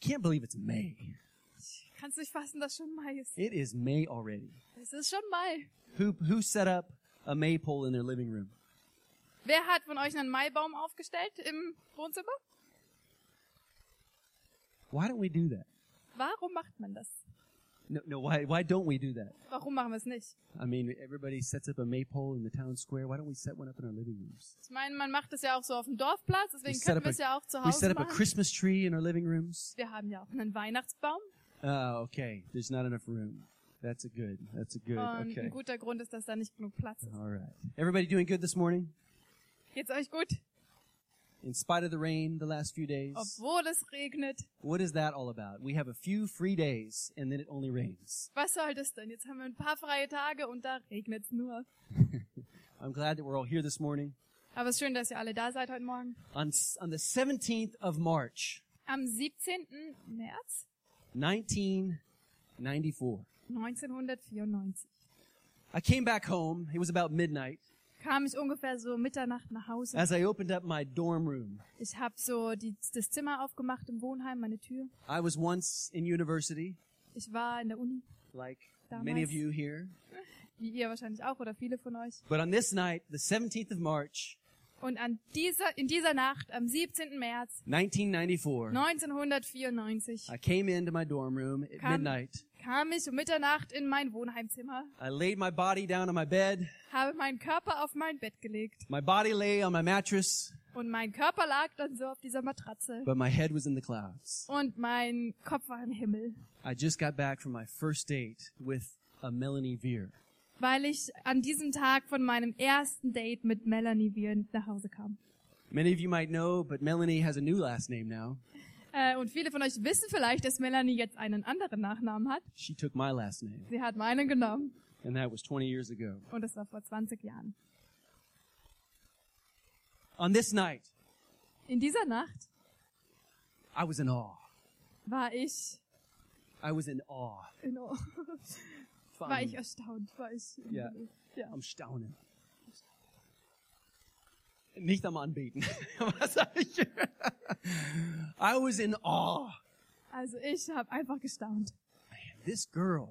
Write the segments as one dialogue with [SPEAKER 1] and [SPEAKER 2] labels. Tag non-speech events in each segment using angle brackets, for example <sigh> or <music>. [SPEAKER 1] can't believe it's May.
[SPEAKER 2] Kannst nicht fassen, dass schon Mai ist.
[SPEAKER 1] It is May already.
[SPEAKER 2] Es ist schon Mai.
[SPEAKER 1] Who who set up a maypole in their living room?
[SPEAKER 2] Wer hat von euch einen Maibaum aufgestellt im Wohnzimmer?
[SPEAKER 1] Why don't we do that?
[SPEAKER 2] Warum macht man das?
[SPEAKER 1] No, no. Why why don't we do that?
[SPEAKER 2] Warum machen wir es nicht?
[SPEAKER 1] I mean, everybody sets up a maypole in the town square. Why don't we set one up in our living rooms?
[SPEAKER 2] Ich meine, man macht es ja auch so auf dem Dorfplatz,
[SPEAKER 1] We
[SPEAKER 2] deswegen
[SPEAKER 1] set
[SPEAKER 2] könnten
[SPEAKER 1] up
[SPEAKER 2] wir es ja auch
[SPEAKER 1] a,
[SPEAKER 2] zu
[SPEAKER 1] we set
[SPEAKER 2] Hause
[SPEAKER 1] up a
[SPEAKER 2] machen.
[SPEAKER 1] Christmas tree in our living rooms.
[SPEAKER 2] Wir haben ja auch einen Weihnachtsbaum
[SPEAKER 1] Oh, okay. There's not enough room. That's a good. That's a good.
[SPEAKER 2] und
[SPEAKER 1] Okay.
[SPEAKER 2] ein guter Grund ist, dass da nicht genug Platz ist.
[SPEAKER 1] All right. Everybody doing good this morning?
[SPEAKER 2] Geht's euch gut?
[SPEAKER 1] In spite of the rain the last few days.
[SPEAKER 2] Obwohl es regnet.
[SPEAKER 1] What is that all about? We have a few free days and then it only rains.
[SPEAKER 2] Was soll das denn? Jetzt haben wir ein paar freie Tage und da regnet's nur.
[SPEAKER 1] I'm glad that we're all here this morning.
[SPEAKER 2] Aber es ist schön, dass ihr alle da seid heute Morgen.
[SPEAKER 1] On, s- on the 17th of March,
[SPEAKER 2] Am 17. März
[SPEAKER 1] 1994,
[SPEAKER 2] 1994
[SPEAKER 1] I came back home. It was about midnight.
[SPEAKER 2] kam ich ungefähr so Mitternacht nach Hause.
[SPEAKER 1] As I opened up my dorm room,
[SPEAKER 2] Ich habe so die, das Zimmer aufgemacht im Wohnheim, meine Tür.
[SPEAKER 1] I was once in university,
[SPEAKER 2] Ich war in der Uni,
[SPEAKER 1] like many of
[SPEAKER 2] Damals.
[SPEAKER 1] you here.
[SPEAKER 2] wie ihr wahrscheinlich auch oder viele von euch.
[SPEAKER 1] But on this night, the 17th of March,
[SPEAKER 2] Und an dieser, in dieser Nacht, am 17. März
[SPEAKER 1] 1994,
[SPEAKER 2] 1994,
[SPEAKER 1] I came into my dorm room at
[SPEAKER 2] Come.
[SPEAKER 1] midnight.
[SPEAKER 2] kam ich um Mitternacht in mein Wohnheimzimmer,
[SPEAKER 1] I laid my body down on my bed.
[SPEAKER 2] habe meinen Körper auf mein Bett gelegt
[SPEAKER 1] My body lay on my mattress,
[SPEAKER 2] und mein Körper lag dann so auf dieser Matratze
[SPEAKER 1] but my head was in the clouds.
[SPEAKER 2] und mein Kopf war im Himmel,
[SPEAKER 1] I just got back from my first date with a Melanie Veer.
[SPEAKER 2] weil ich an diesem Tag von meinem ersten Date mit Melanie Wien nach Hause kam.
[SPEAKER 1] Many of you might know, but Melanie has a new last name now.
[SPEAKER 2] Äh, und viele von euch wissen vielleicht, dass Melanie jetzt einen anderen Nachnamen hat.
[SPEAKER 1] She took my last name,
[SPEAKER 2] Sie hat meinen genommen
[SPEAKER 1] and that was 20 years ago.
[SPEAKER 2] und das war vor 20 Jahren.
[SPEAKER 1] On this night,
[SPEAKER 2] In dieser Nacht
[SPEAKER 1] I was in awe.
[SPEAKER 2] war ich,
[SPEAKER 1] I was in awe.
[SPEAKER 2] in, O- <laughs> war ich erstaunt, war ich.
[SPEAKER 1] Ja.
[SPEAKER 2] ja.
[SPEAKER 1] am Staunen. Nicht am Anbeten. Was hab ich? <laughs> I was in awe.
[SPEAKER 2] Also ich habe einfach gestaunt.
[SPEAKER 1] This girl,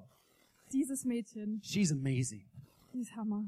[SPEAKER 2] Dieses Mädchen,
[SPEAKER 1] she's amazing.
[SPEAKER 2] die ist Hammer.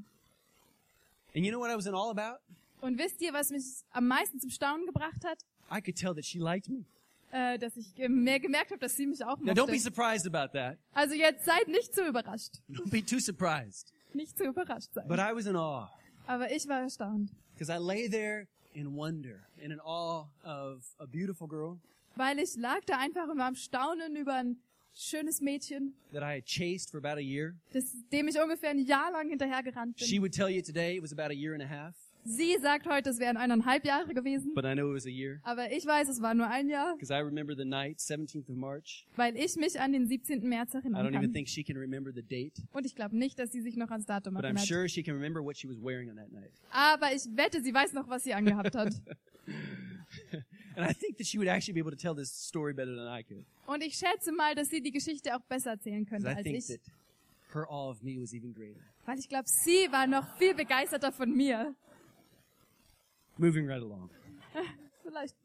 [SPEAKER 1] And you know what I was in awe about?
[SPEAKER 2] Und wisst ihr, was mich am meisten zum Staunen gebracht hat?
[SPEAKER 1] I could tell that she liked me.
[SPEAKER 2] Äh, dass ich ge- mehr gemerkt habe, dass sie mich auch
[SPEAKER 1] Now, don't be
[SPEAKER 2] mochte.
[SPEAKER 1] surprised about that.
[SPEAKER 2] Also jetzt seid nicht zu überrascht.
[SPEAKER 1] Don't be too surprised.
[SPEAKER 2] Nicht zu überrascht sein.
[SPEAKER 1] But I was in awe
[SPEAKER 2] Aber ich war erstaunt,
[SPEAKER 1] because I lay there in wonder and in awe of a beautiful girl
[SPEAKER 2] weil ich lag da einfach und war am Staunen über ein schönes Mädchen,
[SPEAKER 1] that I had chased for about a year.
[SPEAKER 2] das, dem ich ungefähr ein Jahr lang hinterhergerannt bin.
[SPEAKER 1] She would tell you today it was about a year and a half,
[SPEAKER 2] Sie sagt heute, es wären eineinhalb Jahre gewesen.
[SPEAKER 1] but I know it was a year
[SPEAKER 2] Aber ich weiß, es war nur ein Jahr,
[SPEAKER 1] because I remember the night, 17th of March.
[SPEAKER 2] weil ich mich an den 17. März
[SPEAKER 1] I
[SPEAKER 2] erinnern
[SPEAKER 1] don't even
[SPEAKER 2] kann.
[SPEAKER 1] think she can remember the date,
[SPEAKER 2] Und ich glaube nicht, dass sie sich noch ans Datum
[SPEAKER 1] but I'm
[SPEAKER 2] erinnert.
[SPEAKER 1] sure she can remember what she was wearing on that night.
[SPEAKER 2] Aber ich wette, sie weiß noch, was sie
[SPEAKER 1] <laughs>
[SPEAKER 2] angehabt hat.
[SPEAKER 1] And I think that she would actually be able to tell this story better than I could.
[SPEAKER 2] Und ich schätze mal, dass sie die Geschichte auch besser erzählen könnte
[SPEAKER 1] Because I
[SPEAKER 2] als
[SPEAKER 1] think
[SPEAKER 2] ich.
[SPEAKER 1] that her awe of me was even greater.
[SPEAKER 2] Weil ich glaube, sie war noch viel begeisterter von mir.
[SPEAKER 1] Moving right along.
[SPEAKER 2] Vielleicht.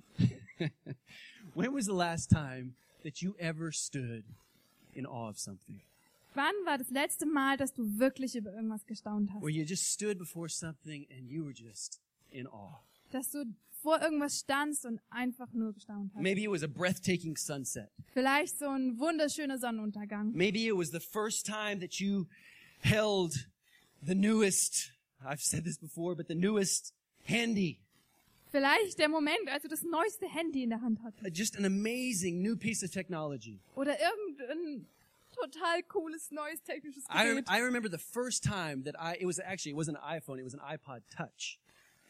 [SPEAKER 1] When was the last time that you ever stood in awe of something?
[SPEAKER 2] Wann war das letzte Mal, dass du wirklich über irgendwas gestaunt hast?
[SPEAKER 1] Where you just stood before something and you were just in awe.
[SPEAKER 2] Dass du vor irgendwas standst und einfach nur gestaunt hast?
[SPEAKER 1] Maybe it was a breathtaking sunset.
[SPEAKER 2] Vielleicht so ein wunderschöner Sonnenuntergang.
[SPEAKER 1] Maybe it was the first time that you held the newest, I've said this before, but the newest handy.
[SPEAKER 2] Vielleicht der Moment, als du das neueste Handy in der Hand hattest.
[SPEAKER 1] Uh, Just an amazing new piece of technology.
[SPEAKER 2] Oder irgendein total cooles, neues technisches
[SPEAKER 1] I, rem-
[SPEAKER 2] Gerät.
[SPEAKER 1] I remember the first time that I, it was actually, it wasn't an iPhone, it was an iPod Touch.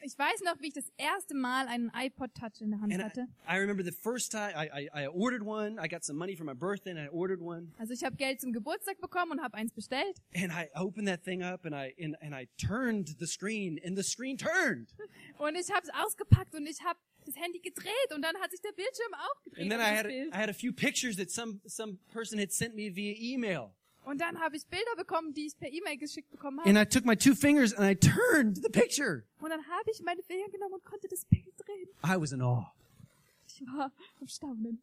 [SPEAKER 2] Ich weiß noch, wie ich das erste Mal einen iPod Touch in der Hand
[SPEAKER 1] And I,
[SPEAKER 2] hatte.
[SPEAKER 1] I remember the first time I, I, I ordered one. I got some money for my birthday and I ordered one.
[SPEAKER 2] Also ich habe Geld zum Geburtstag bekommen und habe eins bestellt.
[SPEAKER 1] And I opened that thing up and I and, and I turned the screen and the screen turned.
[SPEAKER 2] Und ich habe es ausgepackt und ich habe das Handy gedreht und dann hat sich der Bildschirm auch gedreht.
[SPEAKER 1] And then
[SPEAKER 2] auf
[SPEAKER 1] I
[SPEAKER 2] das
[SPEAKER 1] had
[SPEAKER 2] Bild.
[SPEAKER 1] I had a few pictures that some some person had sent me via email.
[SPEAKER 2] und dann habe ich Bilder bekommen, die ich per E-Mail geschickt bekommen habe.
[SPEAKER 1] And I took my two fingers and I turned the picture.
[SPEAKER 2] Und dann habe ich meine Finger genommen und konnte das Bild drehen.
[SPEAKER 1] I was in awe.
[SPEAKER 2] Ich war am Staunen.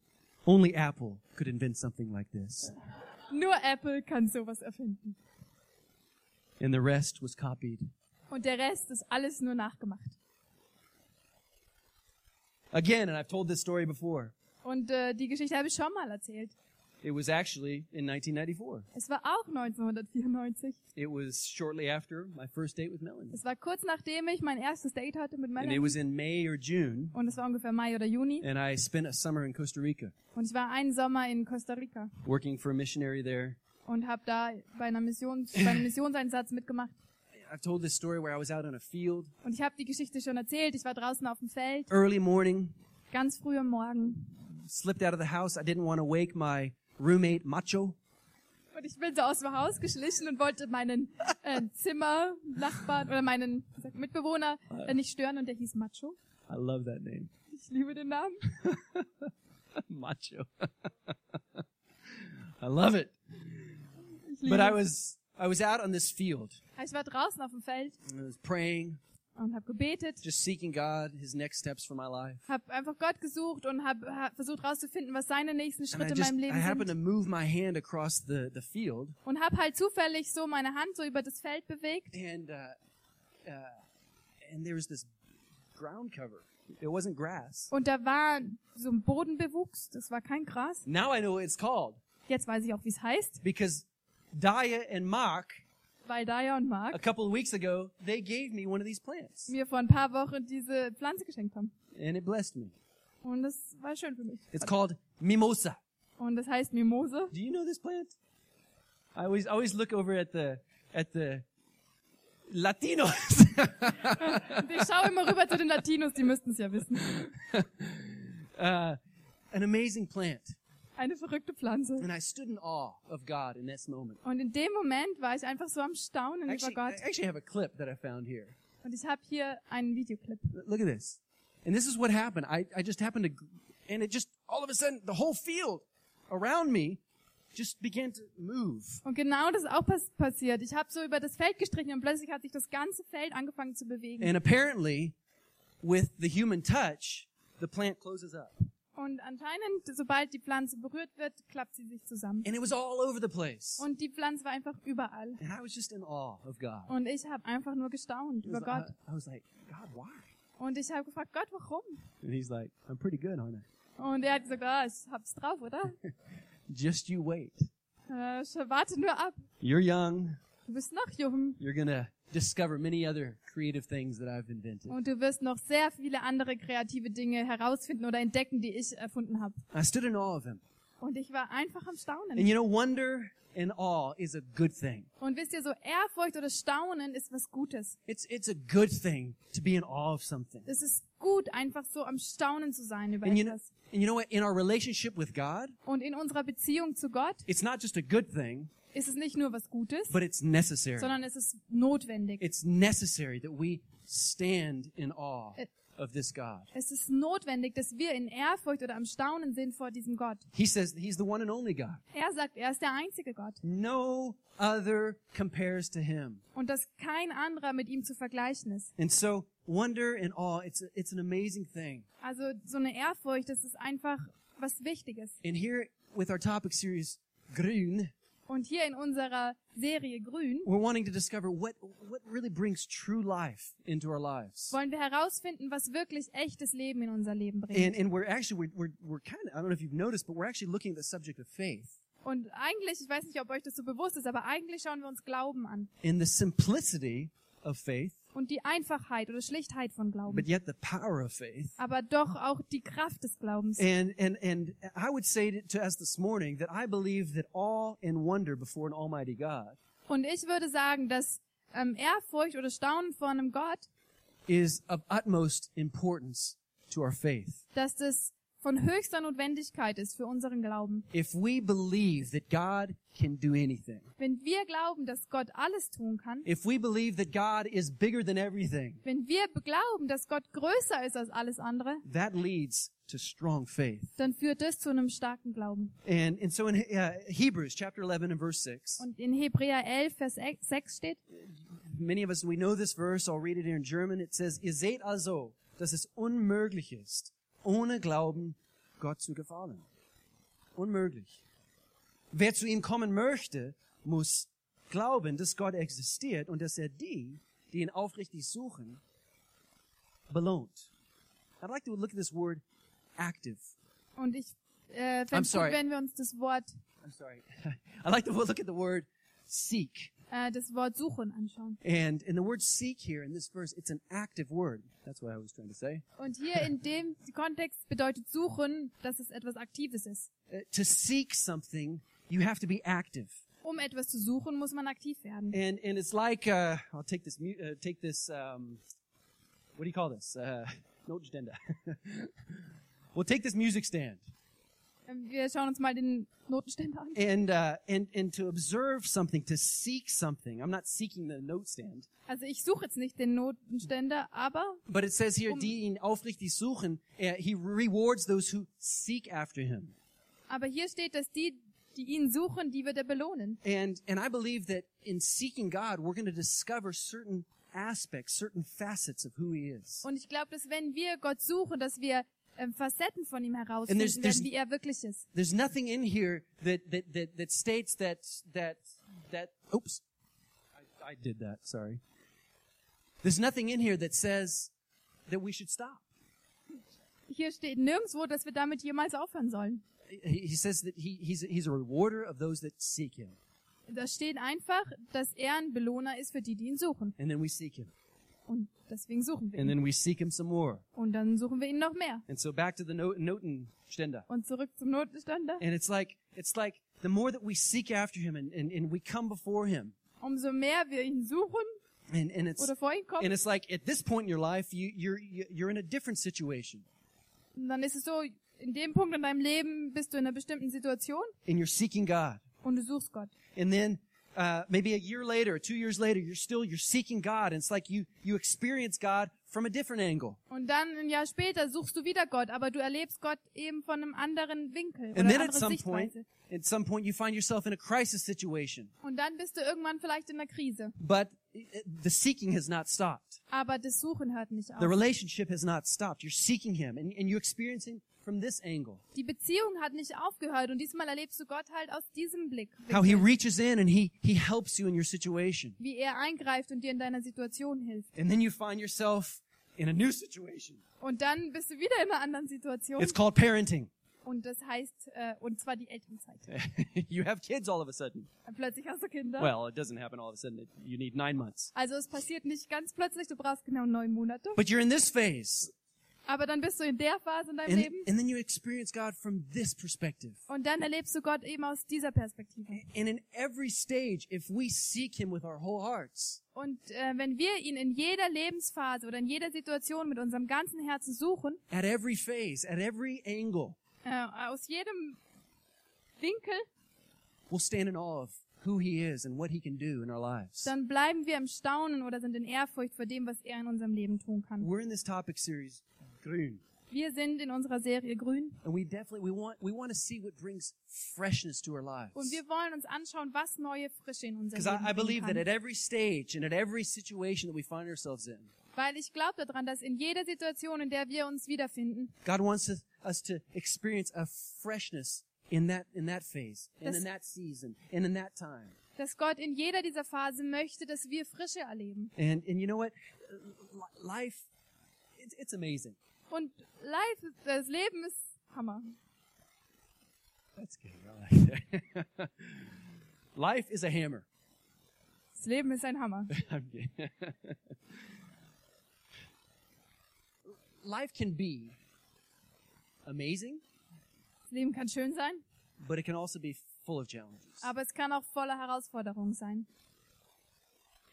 [SPEAKER 1] Only Apple could invent something like this.
[SPEAKER 2] Nur Apple kann sowas erfinden.
[SPEAKER 1] And the rest was copied.
[SPEAKER 2] Und der Rest ist alles nur nachgemacht.
[SPEAKER 1] Again, and I've told this story before,
[SPEAKER 2] Und äh, die Geschichte habe ich schon mal erzählt.
[SPEAKER 1] it was actually in 1994.
[SPEAKER 2] Es war auch 1994.
[SPEAKER 1] It was shortly after my first date with Melanie.
[SPEAKER 2] Es war kurz nachdem ich mein erstes Date hatte mit
[SPEAKER 1] And it was
[SPEAKER 2] Melanie.
[SPEAKER 1] in May or June,
[SPEAKER 2] Und es war ungefähr Mai oder Juni.
[SPEAKER 1] and I spent a summer in Costa Rica
[SPEAKER 2] Und ich war einen Sommer in Costa Rica
[SPEAKER 1] working for a missionary there.
[SPEAKER 2] und habe da bei, einer Mission, bei einem Missionseinsatz mitgemacht.
[SPEAKER 1] I've told this story where I was out on a field
[SPEAKER 2] Und ich habe die Geschichte schon erzählt. Ich war draußen auf dem Feld,
[SPEAKER 1] early morning,
[SPEAKER 2] ganz früh am Morgen.
[SPEAKER 1] slipped out of the house. I didn't want to wake my roommate Macho.
[SPEAKER 2] Und ich bin so aus dem Haus geschlichen und wollte meinen äh, Zimmernachbarn oder meinen wie sagt, Mitbewohner äh, nicht stören. Und der hieß Macho.
[SPEAKER 1] I love that name, <laughs>
[SPEAKER 2] Ich liebe den Namen.
[SPEAKER 1] Macho. <laughs> I love it.
[SPEAKER 2] Ich, liebe
[SPEAKER 1] But I
[SPEAKER 2] es.
[SPEAKER 1] was I was out on this field.
[SPEAKER 2] ich war draußen auf dem Feld
[SPEAKER 1] And I was praying,
[SPEAKER 2] und habe gebetet.
[SPEAKER 1] just seeking God, His next steps for my life.
[SPEAKER 2] Hab einfach Gott gesucht und hab, hab versucht rauszufinden, was seine nächsten
[SPEAKER 1] And I
[SPEAKER 2] Schritte in
[SPEAKER 1] just
[SPEAKER 2] meinem
[SPEAKER 1] I happened
[SPEAKER 2] Leben
[SPEAKER 1] to
[SPEAKER 2] sind.
[SPEAKER 1] move my hand across the the field,
[SPEAKER 2] Und hab halt zufällig so meine Hand so über das Feld bewegt.
[SPEAKER 1] and uh, uh, and there was this ground cover. It wasn't grass.
[SPEAKER 2] Und da war so ein Bodenbewuchs, das war kein Gras.
[SPEAKER 1] Now I know what it's called
[SPEAKER 2] Jetzt weiß ich auch, wie es heißt,
[SPEAKER 1] because Daya and Mark
[SPEAKER 2] weil Daya und
[SPEAKER 1] a
[SPEAKER 2] Mark
[SPEAKER 1] couple of weeks ago they gave me one of these plants,
[SPEAKER 2] mir vor ein paar Wochen diese Pflanze geschenkt haben.
[SPEAKER 1] and it blessed me.
[SPEAKER 2] Und das war schön für mich.
[SPEAKER 1] It's called mimosa.
[SPEAKER 2] Und das heißt Mimose.
[SPEAKER 1] Do you know this plant? I always always look over at the at the <laughs> Latinos.
[SPEAKER 2] Und ich schaue immer rüber zu den Latinos, die müssten es ja wissen.
[SPEAKER 1] uh, an amazing plant.
[SPEAKER 2] Eine verrückte Pflanze.
[SPEAKER 1] And I stood in awe of God in this moment.
[SPEAKER 2] Und in dem Moment war ich einfach so am Staunen über
[SPEAKER 1] Actually, äh, I
[SPEAKER 2] Gott.
[SPEAKER 1] actually have a clip that I found here.
[SPEAKER 2] Und ich habe hier einen Videoclip.
[SPEAKER 1] L- Look at this. And this is what happened. I, I just happened to, g- and it just, all of a sudden, the whole field around me just began to move.
[SPEAKER 2] Und genau das ist auch pass passiert. Ich habe so über das Feld gestrichen und plötzlich hat sich das ganze Feld angefangen zu bewegen.
[SPEAKER 1] And apparently, with the human touch, the plant closes up.
[SPEAKER 2] Und anscheinend, sobald die Pflanze berührt wird, klappt sie sich zusammen.
[SPEAKER 1] And it was all over the place.
[SPEAKER 2] Und die Pflanze war einfach überall.
[SPEAKER 1] And I was just in awe of God.
[SPEAKER 2] Und ich habe einfach nur gestaunt
[SPEAKER 1] It was
[SPEAKER 2] über
[SPEAKER 1] like- I,
[SPEAKER 2] Gott.
[SPEAKER 1] I was like, God, why?
[SPEAKER 2] Und ich habe gefragt, Gott, warum?
[SPEAKER 1] And he's like, I'm pretty good, aren't I?
[SPEAKER 2] Und er hat gesagt, ah, ich hab's drauf, oder?
[SPEAKER 1] Just you wait.
[SPEAKER 2] Äh, ich warte nur ab.
[SPEAKER 1] You're young.
[SPEAKER 2] Du bist noch jung
[SPEAKER 1] You're going to discover many other creative things that I've invented.
[SPEAKER 2] und du wirst noch sehr viele andere kreative Dinge herausfinden oder entdecken, die ich erfunden habe.
[SPEAKER 1] I stood in awe of him.
[SPEAKER 2] Und ich war einfach am
[SPEAKER 1] And
[SPEAKER 2] Staunen.
[SPEAKER 1] you know, wonder and awe is a good thing.
[SPEAKER 2] Und wisst ihr, so Ehrfurcht oder Staunen ist was Gutes.
[SPEAKER 1] It's, it's a good thing to be in awe of something.
[SPEAKER 2] Es ist gut, einfach so am Staunen zu sein über
[SPEAKER 1] And you, know,
[SPEAKER 2] etwas.
[SPEAKER 1] and you know what? In our relationship with God,
[SPEAKER 2] Und in unserer Beziehung zu Gott
[SPEAKER 1] it's not just a good thing,
[SPEAKER 2] ist es nicht nur was Gutes,
[SPEAKER 1] but it's necessary.
[SPEAKER 2] sondern es ist notwendig.
[SPEAKER 1] It's necessary that we stand in awe of this God.
[SPEAKER 2] Es ist notwendig, dass wir in Ehrfurcht oder am Staunen sind vor diesem Gott.
[SPEAKER 1] He says he's the one and only God.
[SPEAKER 2] Er sagt, er ist der einzige Gott
[SPEAKER 1] No other compares to him.
[SPEAKER 2] und dass kein anderer mit ihm zu vergleichen ist.
[SPEAKER 1] And so wonder and awe, it's, a, it's an amazing thing.
[SPEAKER 2] Also so eine Ehrfurcht, das ist einfach was Wichtiges.
[SPEAKER 1] And here with our topic series, Grün,
[SPEAKER 2] Und hier in unserer Serie Grün
[SPEAKER 1] we're wanting to discover what what really brings true life into our lives
[SPEAKER 2] wollen wir herausfinden, was wirklich echtes Leben in unser Leben
[SPEAKER 1] and
[SPEAKER 2] bringt.
[SPEAKER 1] and we're actually we're we're, we're kind of i don't know if you've noticed but we're actually looking at the subject of faith
[SPEAKER 2] Und eigentlich, ich weiß nicht, ob euch das so bewusst ist, aber eigentlich schauen wir uns Glauben an
[SPEAKER 1] and the simplicity of faith
[SPEAKER 2] und die Einfachheit oder Schlichtheit von
[SPEAKER 1] but
[SPEAKER 2] Glauben,
[SPEAKER 1] yet the power of faith
[SPEAKER 2] aber doch auch die Kraft des Glaubens.
[SPEAKER 1] and and and i would say to, to us this morning that i believe that awe and wonder before an almighty god
[SPEAKER 2] Und ich würde sagen, dass ähm, Ehrfurcht oder Staunen vor einem Gott,
[SPEAKER 1] is of utmost importance to our faith
[SPEAKER 2] dass das von höchster Notwendigkeit ist für unseren Glauben.
[SPEAKER 1] if we believe that god can do anything
[SPEAKER 2] Wenn wir glauben, dass Gott alles tun kann,
[SPEAKER 1] if we believe that god is bigger than everything
[SPEAKER 2] wenn wir glauben, dass Gott größer ist als alles andere,
[SPEAKER 1] that leads to strong faith
[SPEAKER 2] dann führt das zu einem starken Glauben.
[SPEAKER 1] And, and so in uh, Hebrews chapter 11 and verse 6,
[SPEAKER 2] Und in Hebräer 11, Vers 6 steht,
[SPEAKER 1] many of us, we know this verse. I'll read it here in German. It says, Ihr seht also, dass es unmöglich ist, ohne Glauben Gott zu gefallen. Unmöglich. Wer zu ihm kommen möchte, muss glauben, dass Gott existiert und dass er die, die ihn aufrichtig suchen, belohnt. I'd like to look at this word active.
[SPEAKER 2] Und ich äh,
[SPEAKER 1] I'm
[SPEAKER 2] fände es
[SPEAKER 1] sorry.
[SPEAKER 2] gut, wenn wir uns das Wort,
[SPEAKER 1] I'm sorry. <laughs> I'd like to look at the word seek.
[SPEAKER 2] äh, das Wort suchen anschauen.
[SPEAKER 1] And in the word seek here in this verse, it's an active word. That's what I was trying to say.
[SPEAKER 2] Und hier in dem Kontext bedeutet suchen, dass es etwas Aktives ist.
[SPEAKER 1] Uh, to seek something, you have to be active.
[SPEAKER 2] Um etwas zu suchen, muss man aktiv werden.
[SPEAKER 1] And, and it's like, uh, I'll take this, mu- uh, take this, um, what do you call this? Uh, <laughs> no agenda. we'll take this music stand.
[SPEAKER 2] Ähm, wir schauen uns mal den Notenständer an.
[SPEAKER 1] And, uh, and, and to observe something, to seek something. I'm not seeking the note stand.
[SPEAKER 2] Also ich suche jetzt nicht den Notenständer, aber
[SPEAKER 1] But it says here, die ihn aufrichtig suchen, uh, he rewards those who seek after him.
[SPEAKER 2] aber hier steht, dass die, die ihn suchen, die wird er belohnen.
[SPEAKER 1] And and I believe that in seeking God, we're going to discover certain aspects, certain facets of who He is.
[SPEAKER 2] Und ich glaube, dass wenn wir Gott suchen, dass wir ähm, Facetten von ihm
[SPEAKER 1] And there's-
[SPEAKER 2] herausfinden
[SPEAKER 1] there's-
[SPEAKER 2] werden, wie er wirklich ist.
[SPEAKER 1] There's nothing in here that that that, that states that that that. Oops, I, I did that. Sorry. There's nothing in here that says that we should stop.
[SPEAKER 2] Hier steht nirgendwo, dass wir damit jemals aufhören sollen.
[SPEAKER 1] He, he says that he, he's he's a rewarder of those that seek Him,
[SPEAKER 2] Da steht einfach, dass er ein Belohner ist für die, die ihn suchen.
[SPEAKER 1] and then we seek Him,
[SPEAKER 2] Und deswegen suchen wir
[SPEAKER 1] and
[SPEAKER 2] ihn.
[SPEAKER 1] then we seek Him some more.
[SPEAKER 2] Und dann suchen wir ihn noch mehr.
[SPEAKER 1] And so back to the no- Notenständer.
[SPEAKER 2] Und zurück zum Notenständer.
[SPEAKER 1] And it's like it's like the more that we seek after him and, and, and we come before him.
[SPEAKER 2] Umso mehr wir ihn suchen
[SPEAKER 1] And and it's
[SPEAKER 2] oder vor ihn kommen,
[SPEAKER 1] and it's like at this point in your life you you're you- you're in a different situation
[SPEAKER 2] Und dann ist es so, in dem Punkt in deinem Leben bist du in einer bestimmten Situation
[SPEAKER 1] and you're seeking God.
[SPEAKER 2] und du suchst Gott.
[SPEAKER 1] And then uh, maybe a year later, or two years later, you're still you're seeking God, and it's like you you experience God from a different angle.
[SPEAKER 2] Und dann ein Jahr später suchst du wieder Gott, aber du erlebst Gott eben von einem anderen Winkel oder
[SPEAKER 1] And then
[SPEAKER 2] einer
[SPEAKER 1] at some
[SPEAKER 2] anderen
[SPEAKER 1] point,
[SPEAKER 2] Sichtweise.
[SPEAKER 1] at some point, you find yourself in a crisis situation.
[SPEAKER 2] Und dann bist du irgendwann vielleicht in einer Krise.
[SPEAKER 1] But i- i- the seeking has not stopped.
[SPEAKER 2] Aber das Suchen hört nicht
[SPEAKER 1] The
[SPEAKER 2] auf.
[SPEAKER 1] relationship has not stopped. You're seeking Him, and, and you experience Him from this angle.
[SPEAKER 2] Die Beziehung hat nicht aufgehört und diesmal erlebst du Gott halt aus diesem Blick,
[SPEAKER 1] how he reaches in and he he helps you in your situation
[SPEAKER 2] wie er eingreift und dir in deiner Situation hilft.
[SPEAKER 1] and then you find yourself in a new situation
[SPEAKER 2] Und dann bist du wieder in einer anderen Situation
[SPEAKER 1] it's called parenting <laughs>
[SPEAKER 2] und das heißt, äh, und zwar die Elternzeit.
[SPEAKER 1] you have kids all of a sudden
[SPEAKER 2] Plötzlich hast du Kinder.
[SPEAKER 1] well it doesn't happen all of a sudden it, you need nine months
[SPEAKER 2] Also es passiert nicht ganz plötzlich, du brauchst genau neun Monate.
[SPEAKER 1] but you're in this phase
[SPEAKER 2] Aber dann bist du in der Phase in deinem
[SPEAKER 1] and,
[SPEAKER 2] Leben
[SPEAKER 1] and then you experience god from this perspective
[SPEAKER 2] und dann erlebst du Gott eben aus dieser Perspektive.
[SPEAKER 1] and in every stage if we seek him with our whole hearts
[SPEAKER 2] Und äh, wenn wir ihn in jeder Lebensphase oder in jeder Situation mit unserem ganzen Herzen suchen,
[SPEAKER 1] at every phase at every angle
[SPEAKER 2] äh, aus jedem Winkel,
[SPEAKER 1] we'll stand in awe of who he is and what he can do in our lives
[SPEAKER 2] dann bleiben wir im Staunen oder sind in Ehrfurcht vor dem, was er in unserem Leben tun kann.
[SPEAKER 1] we're in this topic series grün
[SPEAKER 2] Wir sind in unserer Serie Grün
[SPEAKER 1] And we definitely we want we want to see what brings freshness to our lives.
[SPEAKER 2] und wir wollen uns anschauen, was neue Frische in unser
[SPEAKER 1] Because I,
[SPEAKER 2] Leben
[SPEAKER 1] I
[SPEAKER 2] bringen
[SPEAKER 1] believe that
[SPEAKER 2] kann.
[SPEAKER 1] at every stage and at every situation that we find ourselves in,
[SPEAKER 2] Weil ich glaube daran, dass in jeder Situation, in der wir uns wiederfinden,
[SPEAKER 1] God wants us, us to experience a freshness in that in that phase and in
[SPEAKER 2] Das-
[SPEAKER 1] that season and in that time.
[SPEAKER 2] dass Gott in jeder dieser Phasen möchte, dass wir Frische erleben.
[SPEAKER 1] And and you know what, Li- life, it's, it's amazing.
[SPEAKER 2] Und live, das Leben ist Hammer.
[SPEAKER 1] That's good. I like that. <laughs> life is a hammer. <laughs>
[SPEAKER 2] Das Leben ist ein Hammer.
[SPEAKER 1] I'm kidding. life can be amazing.
[SPEAKER 2] Das Leben kann schön sein,
[SPEAKER 1] but it can also be full of challenges.
[SPEAKER 2] aber es kann auch voller Herausforderungen sein.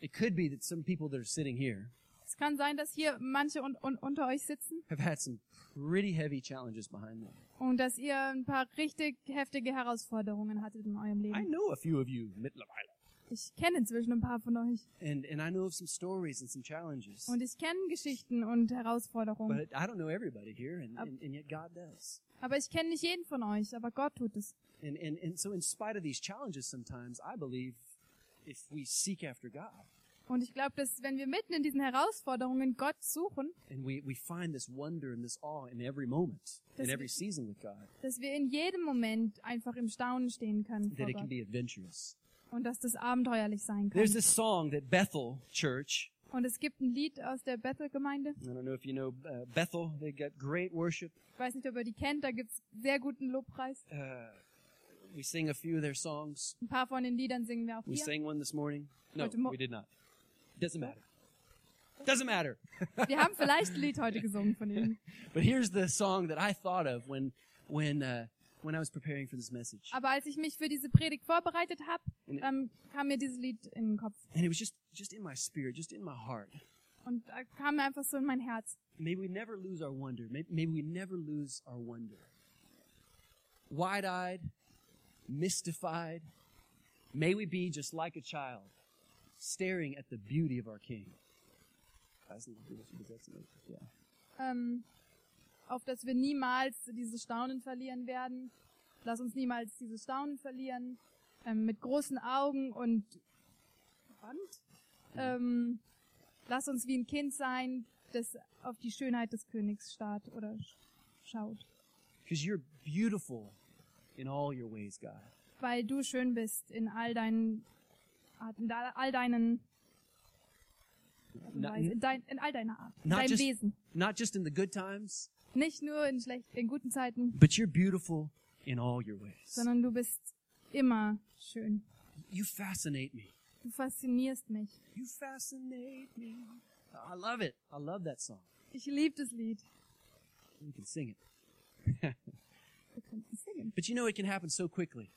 [SPEAKER 1] It could be that some people that are sitting here
[SPEAKER 2] Es kann sein, dass hier manche un un unter euch sitzen
[SPEAKER 1] have had some pretty heavy challenges behind them.
[SPEAKER 2] und dass ihr ein paar richtig heftige Herausforderungen hattet in eurem
[SPEAKER 1] I
[SPEAKER 2] Leben.
[SPEAKER 1] know a few of you mittlerweile.
[SPEAKER 2] Ich kenne inzwischen ein paar von euch
[SPEAKER 1] And and I know of some stories and some challenges.
[SPEAKER 2] und ich kenne Geschichten und Herausforderungen,
[SPEAKER 1] But I don't know everybody here and, and, and yet God does.
[SPEAKER 2] aber ich kenne nicht jeden von euch, aber Gott tut es.
[SPEAKER 1] And, and and so in spite of these challenges sometimes I believe if we seek after God,
[SPEAKER 2] Und ich glaube, dass wenn wir mitten in diesen Herausforderungen Gott suchen,
[SPEAKER 1] And we, we find this wonder and this awe in every moment, in
[SPEAKER 2] Does it-
[SPEAKER 1] every season with God,
[SPEAKER 2] dass wir in jedem Moment einfach im Staunen stehen können vor
[SPEAKER 1] that it can
[SPEAKER 2] Gott
[SPEAKER 1] be adventurous.
[SPEAKER 2] und dass das abenteuerlich sein
[SPEAKER 1] There's
[SPEAKER 2] kann.
[SPEAKER 1] this song that Bethel Church,
[SPEAKER 2] Und es gibt ein Lied aus der Bethel-Gemeinde.
[SPEAKER 1] I don't know if you know uh, Bethel, they got great worship.
[SPEAKER 2] Ich weiß nicht, ob ihr die kennt. Da gibt's sehr guten Lobpreis.
[SPEAKER 1] Uh, we sing a few of their songs.
[SPEAKER 2] Ein paar von den Liedern singen wir auch
[SPEAKER 1] We
[SPEAKER 2] hier.
[SPEAKER 1] sang one this morning. No,
[SPEAKER 2] Heute Mo-
[SPEAKER 1] we did not. Doesn't matter. Doesn't matter.
[SPEAKER 2] Wir haben vielleicht ein Lied heute gesungen von ihnen.
[SPEAKER 1] But here's the song that I thought of when when uh, when I was preparing for this message,
[SPEAKER 2] Aber als ich mich für diese Predigt vorbereitet habe,
[SPEAKER 1] In-
[SPEAKER 2] ähm, kam mir dieses Lied in den Kopf.
[SPEAKER 1] and it was just just in my spirit, just in my heart.
[SPEAKER 2] Und äh, kam mir einfach so in mein Herz.
[SPEAKER 1] May we never lose our wonder. May, may we never lose our wonder. Wide eyed, mystified, may we be just like a child, staring at the beauty of our King. Yeah.
[SPEAKER 2] ähm, auf dass wir niemals dieses Staunen verlieren werden. Lass uns niemals dieses Staunen verlieren. Ähm, mit großen Augen und Hand. Ähm, lass uns wie ein Kind sein, das auf die Schönheit des Königs starrt oder sch- schaut.
[SPEAKER 1] Because you're beautiful in all your ways, God.
[SPEAKER 2] Weil du schön bist in all deinen Arten, in all- all deinen Art und
[SPEAKER 1] Not,
[SPEAKER 2] Weise, in, dein, in all deiner Art, in
[SPEAKER 1] Not
[SPEAKER 2] deinem
[SPEAKER 1] just-
[SPEAKER 2] Wesen.
[SPEAKER 1] not just in the good times,
[SPEAKER 2] Nicht nur in schlecht, in guten Zeiten,
[SPEAKER 1] but you're beautiful in all your ways.
[SPEAKER 2] sondern du bist immer schön.
[SPEAKER 1] You fascinate me.
[SPEAKER 2] Du faszinierst mich.
[SPEAKER 1] You fascinate me. I love it. I love that song.
[SPEAKER 2] Ich liebe das Lied.
[SPEAKER 1] You can sing it.
[SPEAKER 2] Wir könnten singen.
[SPEAKER 1] But you know, it can happen so quickly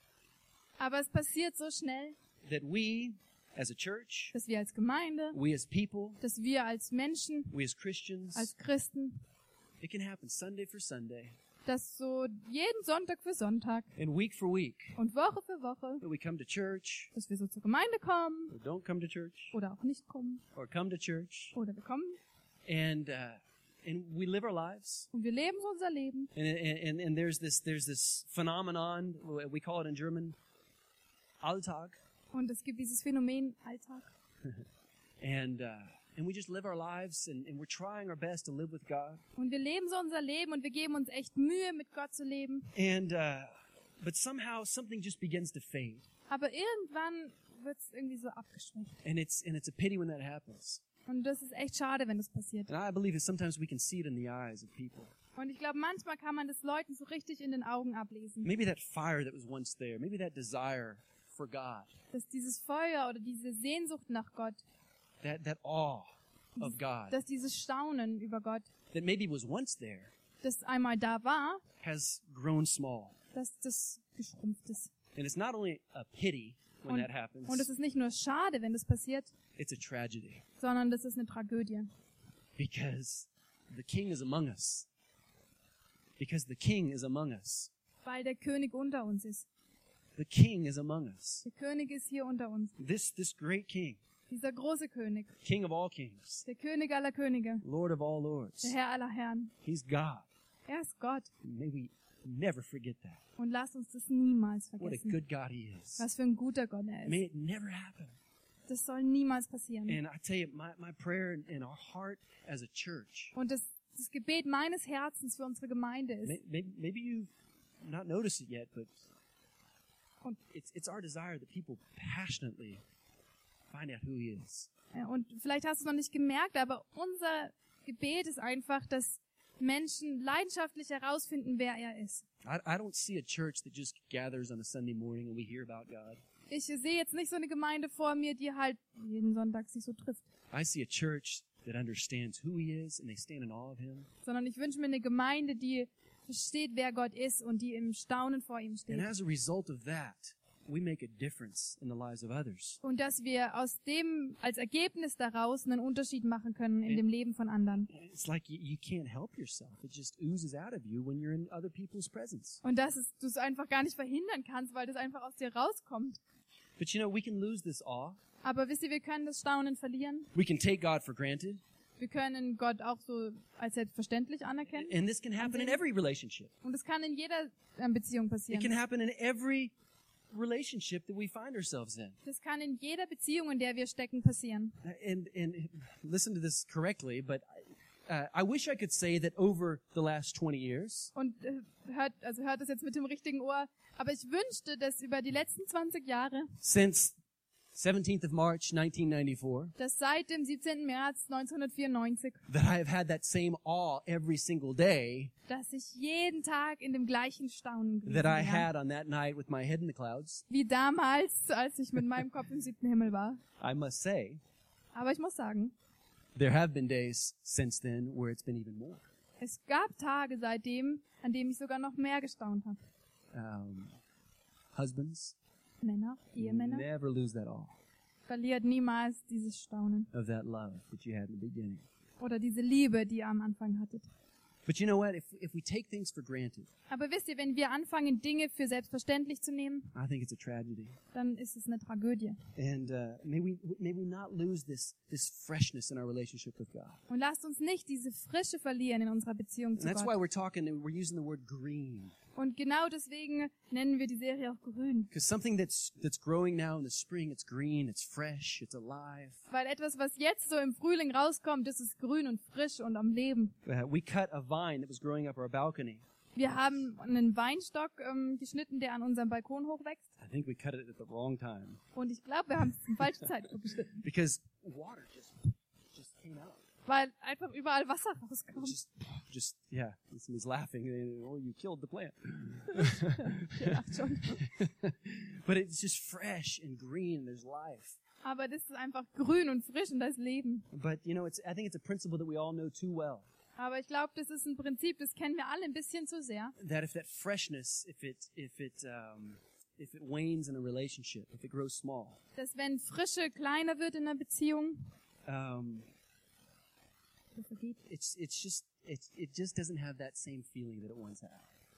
[SPEAKER 2] Aber es passiert so schnell,
[SPEAKER 1] that we, as a church,
[SPEAKER 2] dass wir als Gemeinde,
[SPEAKER 1] we as people,
[SPEAKER 2] dass wir als Menschen,
[SPEAKER 1] we as Christians,
[SPEAKER 2] als Christen,
[SPEAKER 1] it can happen Sunday for Sunday
[SPEAKER 2] dass so jeden Sonntag für Sonntag
[SPEAKER 1] and week for week
[SPEAKER 2] und Woche für Woche,
[SPEAKER 1] that we come to church
[SPEAKER 2] dass wir so zur Gemeinde kommen
[SPEAKER 1] or don't come to church
[SPEAKER 2] oder auch nicht kommen
[SPEAKER 1] or come to church
[SPEAKER 2] oder wir kommen
[SPEAKER 1] and uh, and we live our lives.
[SPEAKER 2] und wir leben so unser Leben.
[SPEAKER 1] And, and, and- and there's this there's this phenomenon we call it in German Alltag,
[SPEAKER 2] Und es gibt dieses Phänomen Alltag.
[SPEAKER 1] and uh, and we just live our lives and, and we're trying our best to live with God.
[SPEAKER 2] Und wir leben so unser Leben und wir geben uns echt Mühe, mit Gott zu leben.
[SPEAKER 1] And uh, but somehow something just begins to fade,
[SPEAKER 2] Aber irgendwann wird es irgendwie so abgeschwächt.
[SPEAKER 1] and it's and it's a pity when that happens.
[SPEAKER 2] Und das ist echt schade, wenn das passiert.
[SPEAKER 1] And I believe that sometimes we can see it in the eyes of people.
[SPEAKER 2] Und ich glaube, manchmal kann man das Leuten so richtig in den Augen ablesen,
[SPEAKER 1] Maybe that fire that was once there, maybe that desire for God,
[SPEAKER 2] dass dieses Feuer oder diese Sehnsucht nach Gott,
[SPEAKER 1] that that awe of God
[SPEAKER 2] dass dieses Staunen über Gott,
[SPEAKER 1] that maybe was once there
[SPEAKER 2] das einmal da war,
[SPEAKER 1] has grown small.
[SPEAKER 2] dass das geschrumpft ist.
[SPEAKER 1] And it's not only a pity when
[SPEAKER 2] Und-
[SPEAKER 1] that happens,
[SPEAKER 2] Und es ist nicht nur schade, wenn das passiert,
[SPEAKER 1] it's a tragedy
[SPEAKER 2] sondern das ist eine Tragödie.
[SPEAKER 1] because the king is among us. Because the king is among us.
[SPEAKER 2] Weil der König unter uns ist.
[SPEAKER 1] The king is among us.
[SPEAKER 2] Der König ist hier unter uns.
[SPEAKER 1] This this great king,
[SPEAKER 2] Dieser große König.
[SPEAKER 1] king of all kings,
[SPEAKER 2] Der König aller Könige.
[SPEAKER 1] lord of all lords.
[SPEAKER 2] Der Herr aller Herren.
[SPEAKER 1] He's God.
[SPEAKER 2] Er ist Gott.
[SPEAKER 1] May we never forget that.
[SPEAKER 2] Und lasst uns das niemals
[SPEAKER 1] What a
[SPEAKER 2] vergessen.
[SPEAKER 1] good God he is.
[SPEAKER 2] Was für ein guter Gott er ist.
[SPEAKER 1] May it never happen.
[SPEAKER 2] Das soll niemals passieren.
[SPEAKER 1] And I tell you, my, my prayer and- and our heart as a church,
[SPEAKER 2] Und das, das Gebet meines Herzens für unsere Gemeinde ist.
[SPEAKER 1] maybe, maybe you've not noticed it yet, but
[SPEAKER 2] Und,
[SPEAKER 1] it's, it's our desire that people passionately find out who he is.
[SPEAKER 2] äh, und vielleicht hast du es noch nicht gemerkt, aber unser Gebet ist einfach, dass Menschen leidenschaftlich herausfinden, wer er ist.
[SPEAKER 1] I, I don't see a church that just gathers on a Sunday morning and we hear about God.
[SPEAKER 2] Ich sehe jetzt nicht so eine Gemeinde vor mir, die halt jeden Sonntag sich so trifft,
[SPEAKER 1] I see a church that understands who he is and they stand in awe of him.
[SPEAKER 2] sondern ich wünsche mir eine Gemeinde, die versteht, wer Gott ist und die im Staunen vor ihm
[SPEAKER 1] And
[SPEAKER 2] steht.
[SPEAKER 1] as a result of that, we make a difference in the lives of others.
[SPEAKER 2] Und dass wir aus dem, als Ergebnis daraus einen Unterschied machen können in dem Leben von anderen.
[SPEAKER 1] It's like you, you can't help yourself. It just oozes out of you when you're in other people's presence.
[SPEAKER 2] Und dass es- du es einfach gar nicht verhindern kannst, weil das einfach aus dir rauskommt.
[SPEAKER 1] But you know, we can lose this awe.
[SPEAKER 2] Aber wisst ihr, wir können das Staunen verlieren.
[SPEAKER 1] We can take God for granted.
[SPEAKER 2] Wir können Gott auch so als selbstverständlich anerkennen.
[SPEAKER 1] And this can happen in every relationship.
[SPEAKER 2] Und es kann in jeder ähm, Beziehung
[SPEAKER 1] It can
[SPEAKER 2] passieren.
[SPEAKER 1] happen in every relationship that we find ourselves in.
[SPEAKER 2] Das kann in jeder Beziehung, in der wir stecken, passieren.
[SPEAKER 1] Uh, And, and listen to this correctly, but uh, I wish I could say that over the last 20 years,
[SPEAKER 2] Und äh, hört, also hört das jetzt mit dem richtigen Ohr. Aber ich wünschte, dass über die letzten 20 Jahre,
[SPEAKER 1] since 17th of March 1994,
[SPEAKER 2] dass seit dem 17. März 1994,
[SPEAKER 1] that I have had that same awe every single day
[SPEAKER 2] dass ich jeden Tag in dem gleichen Staunen gewesen
[SPEAKER 1] that I
[SPEAKER 2] wäre.
[SPEAKER 1] had on that night with my head in the clouds.
[SPEAKER 2] Wie damals, als ich mit meinem Kopf im siebten Himmel war.
[SPEAKER 1] I must say,
[SPEAKER 2] Aber ich muss sagen,
[SPEAKER 1] there have been days since then where it's been even more.
[SPEAKER 2] es gab Tage seitdem, an denen ich sogar noch mehr gestaunt habe.
[SPEAKER 1] Um, husbands,
[SPEAKER 2] Männer, Ehemänner,
[SPEAKER 1] never lose that awe
[SPEAKER 2] verliert niemals dieses Staunen
[SPEAKER 1] of that love that you had in the beginning.
[SPEAKER 2] oder diese Liebe, die ihr am Anfang hattet.
[SPEAKER 1] But you know what? If, if we take things for granted,
[SPEAKER 2] Aber wisst ihr, wenn wir anfangen, Dinge für selbstverständlich zu nehmen,
[SPEAKER 1] I think it's a tragedy.
[SPEAKER 2] dann ist es eine Tragödie.
[SPEAKER 1] And uh, may we may we not lose this this freshness in our relationship with God.
[SPEAKER 2] Und lasst uns nicht diese Frische verlieren in unserer Beziehung
[SPEAKER 1] And
[SPEAKER 2] zu
[SPEAKER 1] that's why
[SPEAKER 2] Gott.
[SPEAKER 1] we're talking. We're using the word green
[SPEAKER 2] Und genau deswegen nennen wir die Serie auch grün.
[SPEAKER 1] because something that's that's growing now in the spring. It's green. It's fresh. It's alive.
[SPEAKER 2] Weil etwas, was jetzt so im Frühling rauskommt, das ist grün und frisch und am Leben.
[SPEAKER 1] Uh, we cut a vine that was growing up our balcony.
[SPEAKER 2] Wir haben einen Weinstock ähm, geschnitten, der an unserem Balkon hochwächst.
[SPEAKER 1] I think we cut it at the wrong time
[SPEAKER 2] Und ich glaube, wir haben es zum falschen Zeitpunkt geschnitten.
[SPEAKER 1] because water just just came out.
[SPEAKER 2] Weil einfach überall Wasser
[SPEAKER 1] It
[SPEAKER 2] rauskommt.
[SPEAKER 1] just just yeah. And Somebody's laughing. and, Oh, you killed the plant. <laughs>
[SPEAKER 2] Ihr lacht schon.
[SPEAKER 1] But it's just fresh and green. And there's life.
[SPEAKER 2] Aber das ist einfach grün und frisch und das Leben.
[SPEAKER 1] But you know, it's I think it's a principle that we all know too well.
[SPEAKER 2] Aber ich glaube, das ist ein Prinzip, das kennen wir alle ein bisschen zu sehr.
[SPEAKER 1] that if that freshness, if it if it um, if it wanes in a relationship, if it grows small,
[SPEAKER 2] Dass wenn Frische kleiner wird in einer Beziehung,
[SPEAKER 1] um,
[SPEAKER 2] das vergeht,
[SPEAKER 1] it's it's just it it just doesn't have that same feeling that it once had.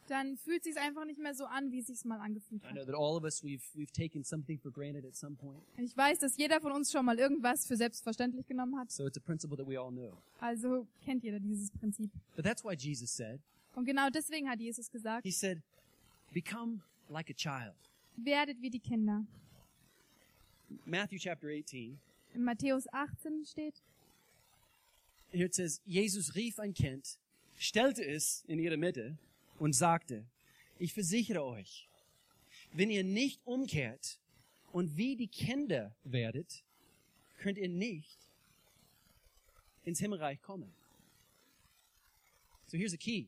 [SPEAKER 2] dann fühlt sich's einfach nicht mehr so an, wie sich's mal angefühlt
[SPEAKER 1] I know
[SPEAKER 2] hat.
[SPEAKER 1] that all of us we've we've taken something for granted at some point,
[SPEAKER 2] Ich weiß, dass jeder von uns schon mal irgendwas für selbstverständlich genommen hat.
[SPEAKER 1] so it's a principle that we all know.
[SPEAKER 2] Also kennt jeder dieses Prinzip.
[SPEAKER 1] But that's why Jesus said,
[SPEAKER 2] Und genau deswegen hat Jesus gesagt,
[SPEAKER 1] He said, "Become like a child."
[SPEAKER 2] werdet wie die Kinder.
[SPEAKER 1] Matthew chapter 18.
[SPEAKER 2] In Matthäus 18 steht,
[SPEAKER 1] Here it says, Jesus rief ein Kind, stellte es in ihre Mitte und sagte, ich versichere euch, wenn ihr nicht umkehrt und wie die Kinder werdet, könnt ihr nicht ins Himmelreich kommen. So here's a key.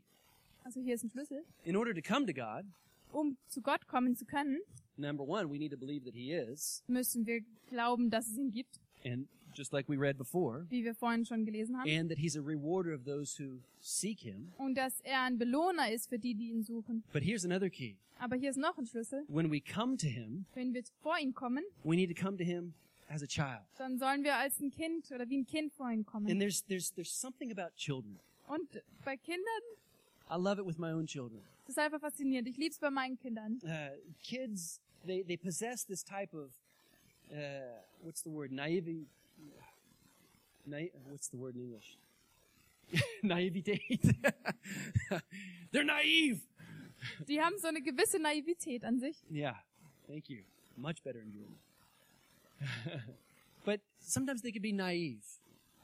[SPEAKER 2] also hier ist ein Schlüssel,
[SPEAKER 1] In order to come to God,
[SPEAKER 2] um zu Gott kommen zu können,
[SPEAKER 1] number one, we need to believe that He is.
[SPEAKER 2] müssen wir glauben, dass es ihn gibt,
[SPEAKER 1] And just like we read before,
[SPEAKER 2] wie wir vorhin schon gelesen haben,
[SPEAKER 1] and that He's a rewarder of those who seek Him.
[SPEAKER 2] und dass er ein Belohner ist für die, die ihn suchen.
[SPEAKER 1] But here's another key.
[SPEAKER 2] Aber hier ist noch ein Schlüssel.
[SPEAKER 1] When we come to Him,
[SPEAKER 2] Wenn wir vor ihn kommen,
[SPEAKER 1] We need to come to him as a child.
[SPEAKER 2] dann sollen wir als ein Kind oder wie ein Kind vor ihn
[SPEAKER 1] And
[SPEAKER 2] kommen.
[SPEAKER 1] there's there's there's something about children.
[SPEAKER 2] Und bei Kindern,
[SPEAKER 1] I love it with my own children.
[SPEAKER 2] das ist einfach faszinierend. Ich lieb's bei meinen Kindern.
[SPEAKER 1] Uh, kids, they they possess this type of uh, what's the word naive, naive what's the word in English? <laughs> Naivete. <laughs> They're naive.
[SPEAKER 2] Die haben so eine gewisse Naivität an sich.
[SPEAKER 1] Yeah. Thank you. Much better in German. <laughs> but sometimes they can be naive,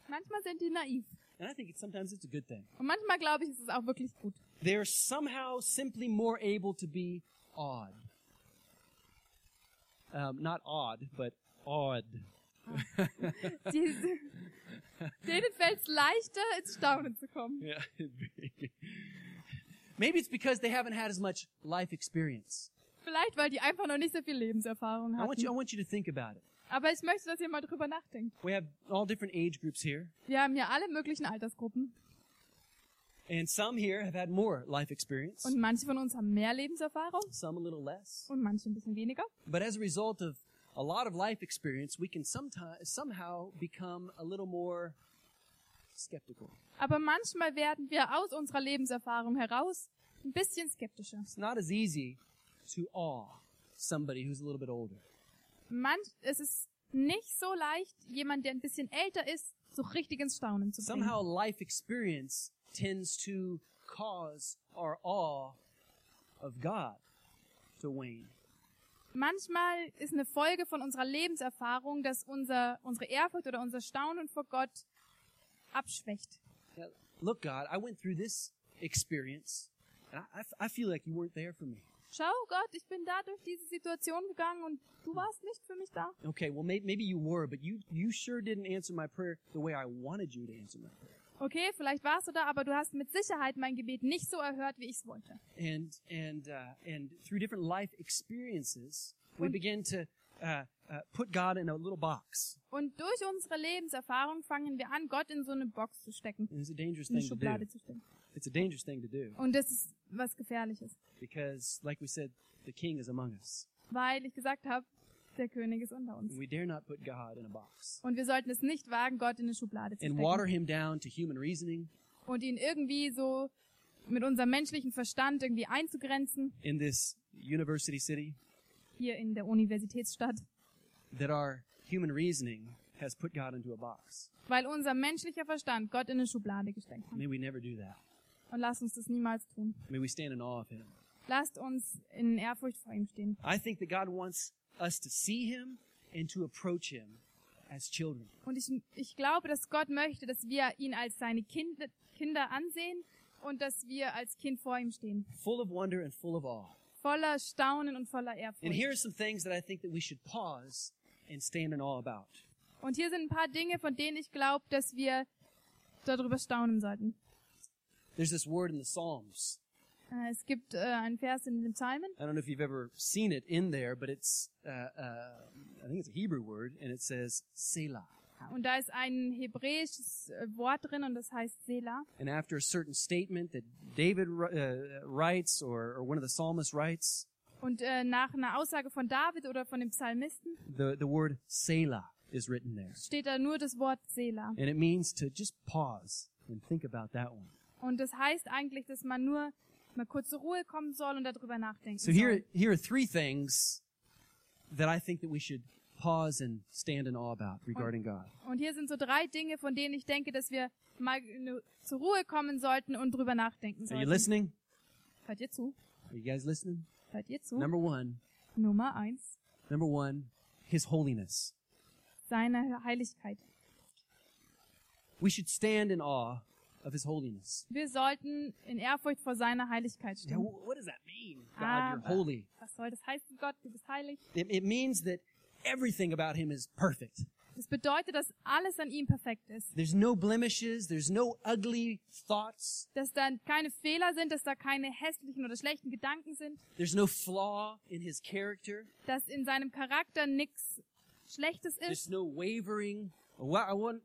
[SPEAKER 2] Manchmal sind die naiv.
[SPEAKER 1] and I think it's, sometimes it's a good thing.
[SPEAKER 2] Und manchmal glaube ich, ist es auch wirklich gut.
[SPEAKER 1] They're somehow simply more able to be odd. Um, not odd, but odd.
[SPEAKER 2] Die,
[SPEAKER 1] <laughs>
[SPEAKER 2] denen fällt es leichter, ins Staunen zu kommen.
[SPEAKER 1] Yeah. Maybe it's because they haven't had as much life experience.
[SPEAKER 2] Vielleicht, weil die einfach noch nicht so viel Lebenserfahrung
[SPEAKER 1] I want you, I
[SPEAKER 2] haben.
[SPEAKER 1] want you to think about it.
[SPEAKER 2] Aber ich möchte, dass ihr mal drüber nachdenkt.
[SPEAKER 1] We have all different age groups here,
[SPEAKER 2] Wir haben hier alle möglichen Altersgruppen.
[SPEAKER 1] and some here have had more life experience,
[SPEAKER 2] Und manche von uns haben mehr Lebenserfahrung
[SPEAKER 1] some a little less.
[SPEAKER 2] und manche ein bisschen weniger.
[SPEAKER 1] But as a result of a lot of life experience, we can sometimes somehow become a little more skeptical.
[SPEAKER 2] Aber manchmal werden wir aus unserer Lebenserfahrung heraus ein bisschen skeptischer.
[SPEAKER 1] It's not as easy to awe somebody who's a little bit older.
[SPEAKER 2] Manch, es ist nicht so leicht, jemand, der ein bisschen älter ist, so richtig ins Staunen zu bringen.
[SPEAKER 1] Somehow life experience tends to cause our awe of God to wane.
[SPEAKER 2] manchmal ist eine Folge von unserer Lebenserfahrung, dass unser, unsere Ehrfurcht oder unser Staunen vor Gott abschwächt.
[SPEAKER 1] Yeah, Look, God, I went through this experience, and I- I, f- I feel like you weren't there for me.
[SPEAKER 2] Schau Gott, ich bin da durch diese Situation gegangen und du warst nicht für mich da.
[SPEAKER 1] Okay, well, may, maybe you were, but you, you sure didn't answer my prayer the way I wanted you to answer my prayer.
[SPEAKER 2] Okay, vielleicht warst du da, aber du hast mit Sicherheit mein Gebet nicht so erhört, wie ich es wollte.
[SPEAKER 1] and and uh, and through different life experiences, we begin to uh, uh, put God in a little box.
[SPEAKER 2] Und durch unsere Lebenserfahrung fangen wir an, Gott in so eine Box zu stecken,
[SPEAKER 1] And it's a dangerous
[SPEAKER 2] in
[SPEAKER 1] thing to do.
[SPEAKER 2] eine Schublade zu stecken.
[SPEAKER 1] It's a dangerous thing to do
[SPEAKER 2] Und das ist was Gefährliches,
[SPEAKER 1] because, like we said, the King is among us,
[SPEAKER 2] weil ich gesagt habe, der König ist unter
[SPEAKER 1] and
[SPEAKER 2] uns.
[SPEAKER 1] we dare not put God in a box
[SPEAKER 2] Und wir sollten es nicht wagen, Gott in eine Schublade zu
[SPEAKER 1] and water Him
[SPEAKER 2] stecken
[SPEAKER 1] down to human reasoning
[SPEAKER 2] und ihn irgendwie so mit unserem menschlichen Verstand irgendwie einzugrenzen,
[SPEAKER 1] in this university city
[SPEAKER 2] hier in der Universitätsstadt,
[SPEAKER 1] that our human reasoning has put God into a box.
[SPEAKER 2] weil unser menschlicher Verstand Gott in eine Schublade gesteckt hat.
[SPEAKER 1] May we never do that.
[SPEAKER 2] Und lasst uns das niemals tun.
[SPEAKER 1] May we stand in awe of Him.
[SPEAKER 2] Lasst uns in Ehrfurcht vor ihm stehen.
[SPEAKER 1] I think that God wants us to see Him and to approach Him as children.
[SPEAKER 2] Und ich, ich glaube, dass Gott möchte, dass wir ihn als seine kind, Kinder ansehen und dass wir als Kind vor ihm stehen.
[SPEAKER 1] full of wonder and full of awe.
[SPEAKER 2] Voller Staunen und voller
[SPEAKER 1] And
[SPEAKER 2] Ehrfurcht.
[SPEAKER 1] here are some things that I think that we should pause and stand in awe about.
[SPEAKER 2] Und hier sind ein paar Dinge, von denen ich glaube, dass wir darüber staunen sollten.
[SPEAKER 1] There's this word in the Psalms.
[SPEAKER 2] Äh, Es gibt äh, einen Vers in den Psalmen.
[SPEAKER 1] I don't know if you've ever seen it in there, but it's, uh, uh, I think it's a Hebrew word, and it says Selah.
[SPEAKER 2] Und da ist ein hebräisches äh, Wort drin und das heißt Selah.
[SPEAKER 1] And after a certain statement that David uh, writes or, or one of the psalmists writes,
[SPEAKER 2] Und äh, nach einer Aussage von David oder von dem Psalmisten
[SPEAKER 1] the, the word Selah is written there.
[SPEAKER 2] steht da nur das Wort Selah.
[SPEAKER 1] And it means to just pause and think about that one.
[SPEAKER 2] Und das heißt eigentlich, dass man nur mal kurz zur Ruhe kommen soll und darüber nachdenken
[SPEAKER 1] So
[SPEAKER 2] soll.
[SPEAKER 1] here, here are three things that I think that we should pause and stand in awe about regarding God.
[SPEAKER 2] Und hier sind so drei Dinge, von denen ich denke, dass wir mal ne- zur Ruhe kommen sollten und drüber nachdenken
[SPEAKER 1] Are you
[SPEAKER 2] sollten.
[SPEAKER 1] listening?
[SPEAKER 2] Hört ihr zu?
[SPEAKER 1] Are you guys listening?
[SPEAKER 2] Hört ihr zu?
[SPEAKER 1] Number one,
[SPEAKER 2] Nummer eins.
[SPEAKER 1] number one, His holiness.
[SPEAKER 2] Seine Heiligkeit.
[SPEAKER 1] We should stand in awe of His holiness.
[SPEAKER 2] Wir sollten in Ehrfurcht vor seiner Heiligkeit
[SPEAKER 1] Now,
[SPEAKER 2] stehen.
[SPEAKER 1] wh- what does that mean? God,
[SPEAKER 2] Ah,
[SPEAKER 1] you're holy.
[SPEAKER 2] Was soll das heißen, Gott? Du bist heilig.
[SPEAKER 1] It, it means that everything about Him is perfect.
[SPEAKER 2] Das bedeutet, dass alles an ihm perfekt ist.
[SPEAKER 1] There's no blemishes. There's no ugly thoughts.
[SPEAKER 2] Dass da keine Fehler sind, dass da keine hässlichen oder schlechten Gedanken sind,
[SPEAKER 1] There's no flaw in His character.
[SPEAKER 2] dass in seinem Charakter nichts Schlechtes ist,
[SPEAKER 1] There's no wavering. Wow, I won-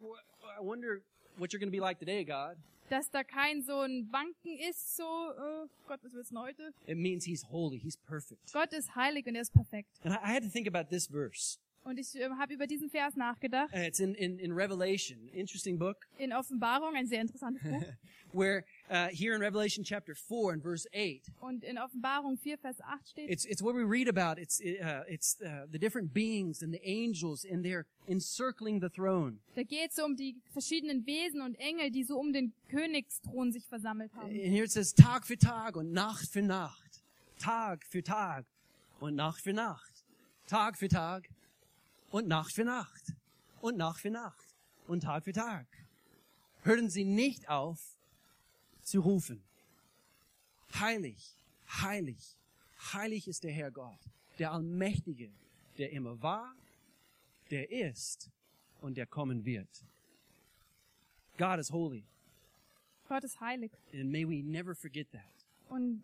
[SPEAKER 1] I wonder what you're going to be like today, God.
[SPEAKER 2] dass da kein so ein Wanken ist, so, oh Gott, was wird's denn heute?
[SPEAKER 1] It means he's holy. He's perfect.
[SPEAKER 2] Gott ist heilig und er ist perfekt.
[SPEAKER 1] And I, I had to think about this verse.
[SPEAKER 2] Und ich äh, habe über diesen Vers nachgedacht.
[SPEAKER 1] Uh, it's in, in, in Revelation, interesting book,
[SPEAKER 2] In Offenbarung, ein sehr interessantes Buch.
[SPEAKER 1] where uh, here in Revelation chapter 4 and verse 8,
[SPEAKER 2] Und in Offenbarung 4, Vers 8 steht,
[SPEAKER 1] it's, it's what we read about. It's, uh, it's uh, the different beings and the angels, and they're encircling the throne.
[SPEAKER 2] da geht es um die verschiedenen Wesen und Engel, die so um den Königsthron sich versammelt haben.
[SPEAKER 1] And here it says, Tag für Tag und Nacht für Nacht. Tag für Tag und Nacht für Nacht. Tag für Tag und Nacht für Nacht. Und Nacht für Nacht. Und Tag für Tag. Hören Sie nicht auf zu rufen. Heilig, heilig, heilig ist der Herr Gott, der Allmächtige, der immer war, der ist und der kommen wird. God is holy.
[SPEAKER 2] Gott ist heilig.
[SPEAKER 1] And may we never forget that.
[SPEAKER 2] Und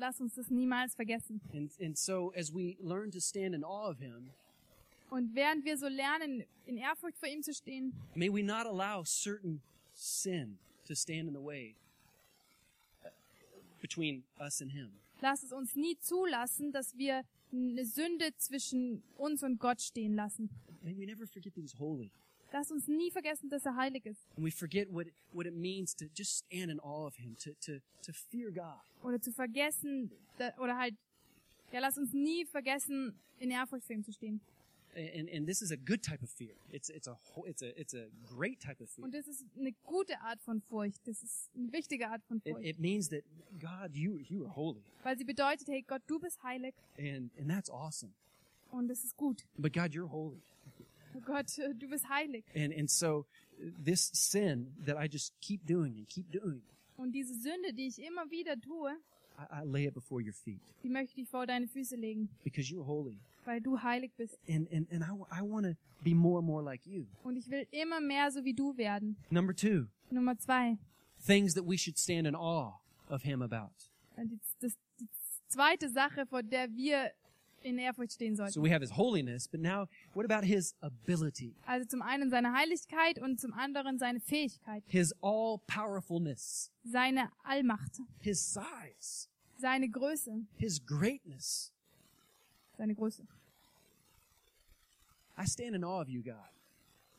[SPEAKER 2] lass uns das niemals vergessen.
[SPEAKER 1] And, and so, as we learn to stand in awe of Him,
[SPEAKER 2] Und während wir so lernen, in Ehrfurcht vor ihm zu stehen,
[SPEAKER 1] may we not allow certain sin to stand in the way uh, between us and Him.
[SPEAKER 2] lass es uns nie zulassen, dass wir eine Sünde zwischen uns und Gott stehen lassen.
[SPEAKER 1] May we never forget that He's holy.
[SPEAKER 2] Lass uns nie vergessen, dass er heilig ist.
[SPEAKER 1] And we forget what, what it means to just stand in awe of Him, to, to, to fear God.
[SPEAKER 2] Oder zu vergessen, da, oder halt, ja, lass uns nie vergessen, in Ehrfurcht vor ihm zu stehen.
[SPEAKER 1] And, and this is a good type of fear. It's, it's, a, ho- it's, a, it's a great type of fear.
[SPEAKER 2] Und das ist eine gute Art von Furcht. Das ist eine wichtige Art von
[SPEAKER 1] It,
[SPEAKER 2] Furcht.
[SPEAKER 1] it means that, God, you, you are holy.
[SPEAKER 2] weil sie bedeutet, hey Gott, du bist heilig.
[SPEAKER 1] And, and that's awesome.
[SPEAKER 2] und es ist gut.
[SPEAKER 1] But God, you're holy.
[SPEAKER 2] Oh Gott, <laughs> äh, du bist heilig.
[SPEAKER 1] And, and so uh, this sin that I just keep doing and keep doing,
[SPEAKER 2] Und diese Sünde, die ich immer wieder tue,
[SPEAKER 1] I, I lay it before your feet
[SPEAKER 2] die möchte ich vor deine Füße legen,
[SPEAKER 1] because you're holy.
[SPEAKER 2] weil du heilig bist.
[SPEAKER 1] And, and, and I, want to be more and more like you.
[SPEAKER 2] Und ich will immer mehr so wie du werden.
[SPEAKER 1] Number two,
[SPEAKER 2] Nummer zwei.
[SPEAKER 1] things that we should stand in awe of him about.
[SPEAKER 2] Äh, Die, das, die zweite Sache, vor der wir in Ehrfurcht stehen sollten.
[SPEAKER 1] So we have his holiness, but now what about his ability?
[SPEAKER 2] Also zum einen seine Heiligkeit und zum anderen seine Fähigkeit,
[SPEAKER 1] His all powerfulness,
[SPEAKER 2] seine Allmacht,
[SPEAKER 1] his size,
[SPEAKER 2] seine Größe,
[SPEAKER 1] his greatness.
[SPEAKER 2] seine Größe.
[SPEAKER 1] I stand in awe of you, God.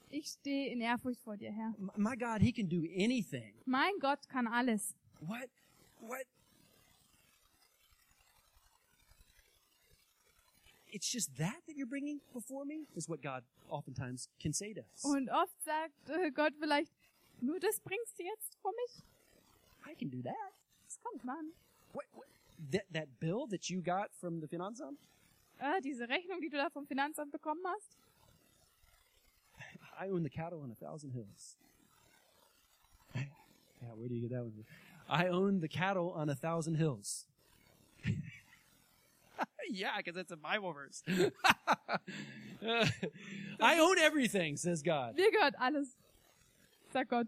[SPEAKER 2] Ich stehe in Ehrfurcht vor dir, Herr.
[SPEAKER 1] M- My God, he can do anything.
[SPEAKER 2] Mein Gott kann alles.
[SPEAKER 1] What? What? It's just that that you're bringing before me is what God oftentimes can say to us.
[SPEAKER 2] Und oft sagt äh, Gott vielleicht, nur das bringst du jetzt vor mich?
[SPEAKER 1] I can do that.
[SPEAKER 2] Das kommt mal an.
[SPEAKER 1] What, what, that that bill that you got from the Finanzamt,
[SPEAKER 2] Äh, diese Rechnung, die du da vom Finanzamt bekommen hast,
[SPEAKER 1] I own the cattle on a thousand hills. <laughs> yeah, where do you get that one? I own the cattle on a thousand hills. <laughs> yeah, because that's a Bible verse. <laughs> I own everything, says God.
[SPEAKER 2] dir gehört alles, sagt Gott.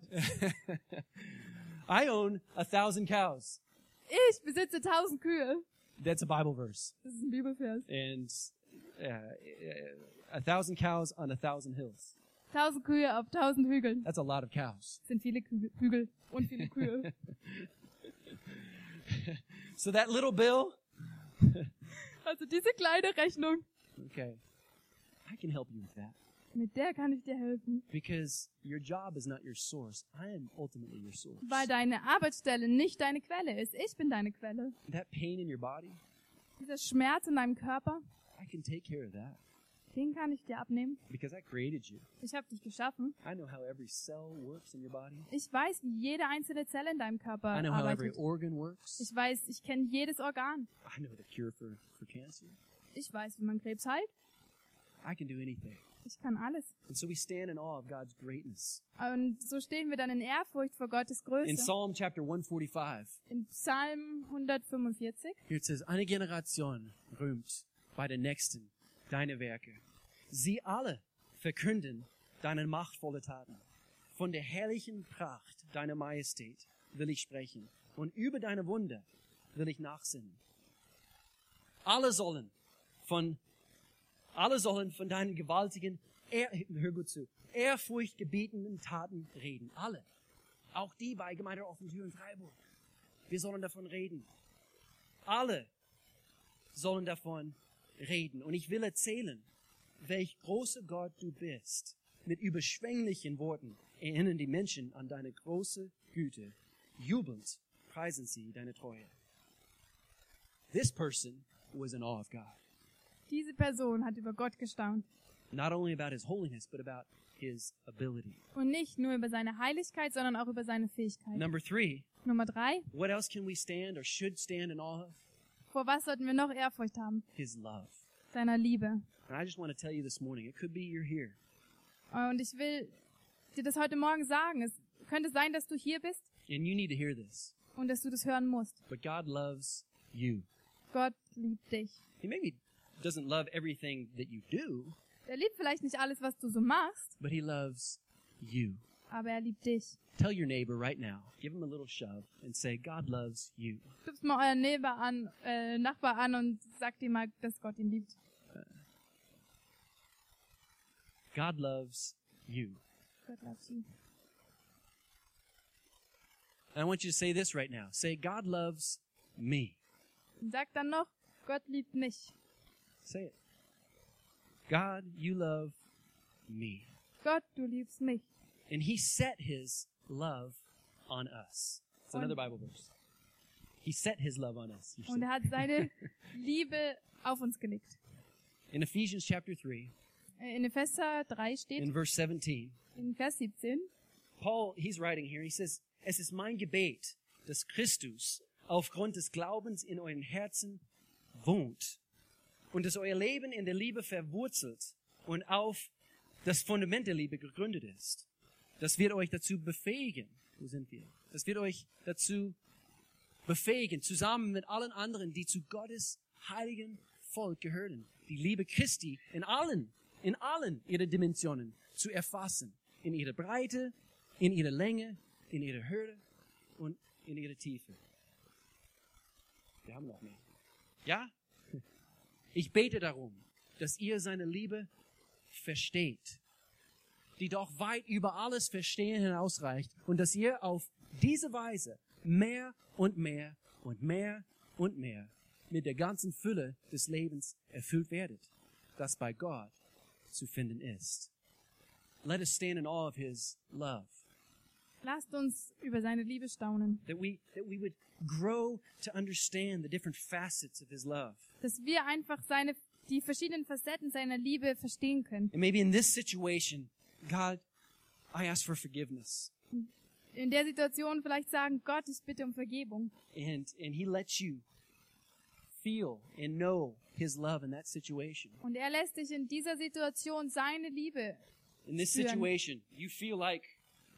[SPEAKER 1] <laughs> I own a thousand cows.
[SPEAKER 2] Ich besitze tausend Kühe.
[SPEAKER 1] That's a Bible verse.
[SPEAKER 2] Das ist ein Bibelvers.
[SPEAKER 1] And uh, uh, a thousand cows on a thousand hills.
[SPEAKER 2] Tausend Kühe auf tausend Hügeln.
[SPEAKER 1] That's a lot of cows.
[SPEAKER 2] Das sind viele Kü Hügel und viele Kühe.
[SPEAKER 1] So that little bill,
[SPEAKER 2] Also diese kleine Rechnung,
[SPEAKER 1] Okay. I can help you with that
[SPEAKER 2] mit der kann ich dir helfen.
[SPEAKER 1] because your job is not your source. I am ultimately your source.
[SPEAKER 2] Weil deine Arbeitsstelle nicht deine Quelle ist. Ich bin deine Quelle.
[SPEAKER 1] that pain in your body,
[SPEAKER 2] Dieser Schmerz in deinem Körper,
[SPEAKER 1] I can take care of that
[SPEAKER 2] den kann ich dir abnehmen.
[SPEAKER 1] because I created you.
[SPEAKER 2] Ich habe dich geschaffen.
[SPEAKER 1] I know how every cell works in your body.
[SPEAKER 2] Ich weiß, wie jede einzelne Zelle in deinem Körper
[SPEAKER 1] I know how every
[SPEAKER 2] arbeitet.
[SPEAKER 1] organ works.
[SPEAKER 2] Ich weiß, ich kenne jedes Organ.
[SPEAKER 1] I know the cure for, for cancer.
[SPEAKER 2] Ich weiß, wie man Krebs heilt.
[SPEAKER 1] I can do anything.
[SPEAKER 2] Ich kann alles.
[SPEAKER 1] And so we stand in awe of God's greatness.
[SPEAKER 2] Und so stehen wir dann in Ehrfurcht vor Gottes
[SPEAKER 1] In
[SPEAKER 2] Größe.
[SPEAKER 1] Psalm chapter 145,
[SPEAKER 2] In Psalm 145.
[SPEAKER 1] Here it says, eine Generation rühmt bei den Nächsten deine Werke. Sie alle verkünden deine machtvolle Taten. Von der herrlichen Pracht deiner Majestät will ich sprechen und über deine Wunder will ich nachsinnen. Alle sollen von, alle sollen von deinen gewaltigen, Ehr, hör gut zu, Ehrfurcht gebietenden Taten reden. Alle. Auch die bei Gemeinde Offen Tür in Freiburg. Wir sollen davon reden alle sollen davon reden. Und ich will erzählen, welch großer Gott du bist. Mit überschwänglichen Worten erinnern die Menschen an deine große Güte. Jubelnd preisen sie deine Treue. This person was in awe of God,
[SPEAKER 2] Diese Person hat über Gott gestaunt.
[SPEAKER 1] not only about his holiness, but about his ability.
[SPEAKER 2] Und nicht nur über seine Heiligkeit, sondern auch über seine Fähigkeit.
[SPEAKER 1] Number three,
[SPEAKER 2] Nummer drei.
[SPEAKER 1] what else can we stand or should stand in awe of?
[SPEAKER 2] Vor was sollten wir noch Ehrfurcht haben?
[SPEAKER 1] His love.
[SPEAKER 2] Seiner Liebe.
[SPEAKER 1] And I just want to tell you this morning, it could be you're here
[SPEAKER 2] Äh, Und ich will dir das heute Morgen sagen. Es könnte sein, dass du hier bist
[SPEAKER 1] and you need to hear this.
[SPEAKER 2] und dass du das hören musst.
[SPEAKER 1] But God loves you.
[SPEAKER 2] Gott liebt dich.
[SPEAKER 1] He maybe doesn't love everything that you do,
[SPEAKER 2] Er liebt vielleicht nicht alles, was du so machst,
[SPEAKER 1] but He loves you.
[SPEAKER 2] aber er liebt dich.
[SPEAKER 1] Tell your neighbor right now, give him a little shove, and say, God loves you.
[SPEAKER 2] Schubst mal euren Neighbor an, äh, Nachbar an und sagt ihm mal, dass Gott ihn liebt.
[SPEAKER 1] God loves you.
[SPEAKER 2] Gott liebt ihn.
[SPEAKER 1] And I want you to say this right now say, God loves me.
[SPEAKER 2] Und sagt dann noch, Gott liebt mich.
[SPEAKER 1] Say it. God, you love me.
[SPEAKER 2] Gott, du liebst mich.
[SPEAKER 1] And He set His love on us. It's another Bible verse. He set His love on us. You
[SPEAKER 2] Und
[SPEAKER 1] see.
[SPEAKER 2] er hat seine Liebe auf uns gelegt.
[SPEAKER 1] In Ephesians chapter 3,
[SPEAKER 2] Äh, In Epheser 3
[SPEAKER 1] in
[SPEAKER 2] steht,
[SPEAKER 1] verse 17,
[SPEAKER 2] in Vers 17,
[SPEAKER 1] Paul, he's writing here, he says, es ist mein Gebet, dass Christus aufgrund des Glaubens in euren Herzen wohnt und dass euer Leben in der Liebe verwurzelt und auf das Fundament der Liebe gegründet ist. Das wird euch dazu befähigen, wo sind wir? Das wird euch dazu befähigen, zusammen mit allen anderen, die zu Gottes heiligen Volk gehören, die Liebe Christi in allen, in allen ihre Dimensionen zu erfassen. In ihrer Breite, in ihrer Länge, in ihrer Höhe und in ihrer Tiefe. Wir haben noch mehr. Ja? Ich bete darum, dass ihr seine Liebe versteht, die doch weit über alles Verstehen hinausreicht und dass ihr auf diese Weise mehr und mehr und mehr und mehr mit der ganzen Fülle des Lebens erfüllt werdet, das bei Gott zu finden ist. Let us stand in awe of his love,
[SPEAKER 2] Lasst uns über seine Liebe staunen,
[SPEAKER 1] that we, that we would grow to understand the different facets of his love.
[SPEAKER 2] dass wir einfach seine, die verschiedenen Facetten seiner Liebe verstehen können.
[SPEAKER 1] And maybe in this situation, God, I ask for forgiveness.
[SPEAKER 2] In der Situation vielleicht sagen, Gott, ich bitte um Vergebung.
[SPEAKER 1] And, and he lets you feel and know his love in that situation.
[SPEAKER 2] Und er lässt dich in dieser Situation seine Liebe.
[SPEAKER 1] In this
[SPEAKER 2] Führen.
[SPEAKER 1] situation, you feel like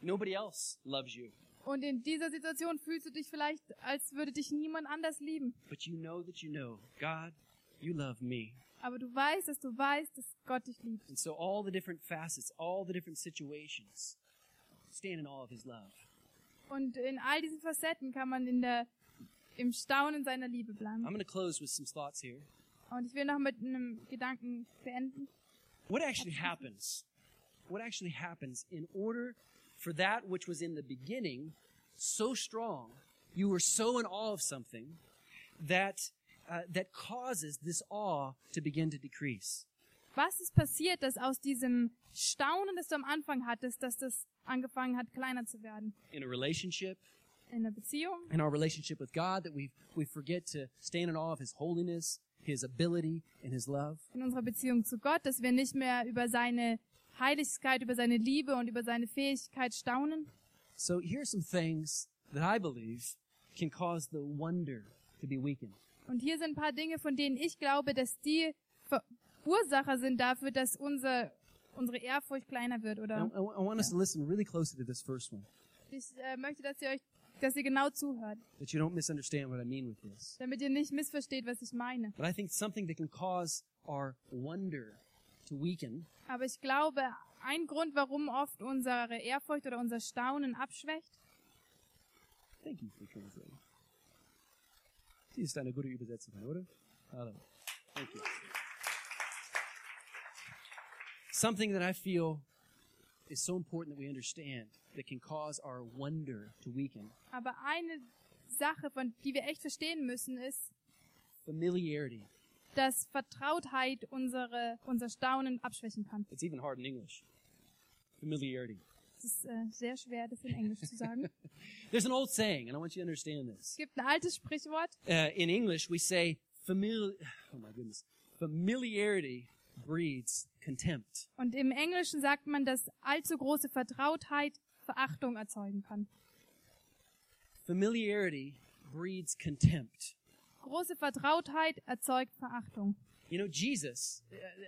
[SPEAKER 1] nobody else loves you,
[SPEAKER 2] Und in dieser Situation fühlst du dich vielleicht, als würde dich niemand anders lieben.
[SPEAKER 1] but you know that you know, God, you love me.
[SPEAKER 2] Aber du weißt, dass du weißt, dass Gott dich liebt.
[SPEAKER 1] And so all the different facets, all the different situations, stand in all of his love.
[SPEAKER 2] Und in all diesen Facetten kann man in der, im Staunen seiner Liebe bleiben.
[SPEAKER 1] I'm going to close with some thoughts here.
[SPEAKER 2] Und ich will noch mit einem Gedanken beenden.
[SPEAKER 1] What actually happens? What actually happens in order for that which was in the beginning so strong, you were so in awe of something that uh, that causes this awe to begin to decrease.
[SPEAKER 2] Was ist passiert, dass aus diesem Staunen, das du am Anfang hattest, dass das angefangen hat, kleiner zu werden?
[SPEAKER 1] In a relationship,
[SPEAKER 2] In der Beziehung,
[SPEAKER 1] in our relationship with God, that we we forget to stand in awe of His holiness, His ability, and His love.
[SPEAKER 2] in unserer Beziehung zu Gott, dass wir nicht mehr über seine Heiligkeit, über seine Liebe und über seine Fähigkeit staunen.
[SPEAKER 1] So here are some things that I believe can cause the wonder to be weakened.
[SPEAKER 2] Und hier sind ein paar Dinge, von denen ich glaube, dass die Verursacher sind dafür, dass unser, unsere Ehrfurcht kleiner wird. Oder
[SPEAKER 1] Now, I, wa- I want us to listen really closely to this first one,
[SPEAKER 2] ich äh, möchte, dass ihr euch, dass ihr genau zuhört,
[SPEAKER 1] that you don't misunderstand what I mean with this.
[SPEAKER 2] damit ihr nicht missversteht, was ich meine.
[SPEAKER 1] But I think something that can cause our wonder to weaken
[SPEAKER 2] Aber ich glaube, ein Grund, warum oft unsere Ehrfurcht oder unser Staunen abschwächt,
[SPEAKER 1] Thank you for translating. Sie ist eine gute Übersetzerin, oder? Hallo. Thank you. Something that I feel is so important that we understand that can cause our wonder to weaken.
[SPEAKER 2] aber eine Sache, von die wir echt verstehen müssen, ist,
[SPEAKER 1] Familiarity.
[SPEAKER 2] dass Vertrautheit unsere, unser Staunen abschwächen kann.
[SPEAKER 1] It's even hard in English. Familiarity.
[SPEAKER 2] Es ist äh, sehr schwer, das in Englisch zu sagen.
[SPEAKER 1] There's an old saying, and I want you to understand
[SPEAKER 2] Es
[SPEAKER 1] this.
[SPEAKER 2] gibt ein altes Sprichwort,
[SPEAKER 1] Uh, in English, we say, famili- oh my goodness, familiarity breeds contempt.
[SPEAKER 2] Und im Englischen sagt man, dass allzu große Vertrautheit Verachtung erzeugen kann.
[SPEAKER 1] Familiarity breeds contempt.
[SPEAKER 2] Große Vertrautheit erzeugt Verachtung.
[SPEAKER 1] You know, Jesus,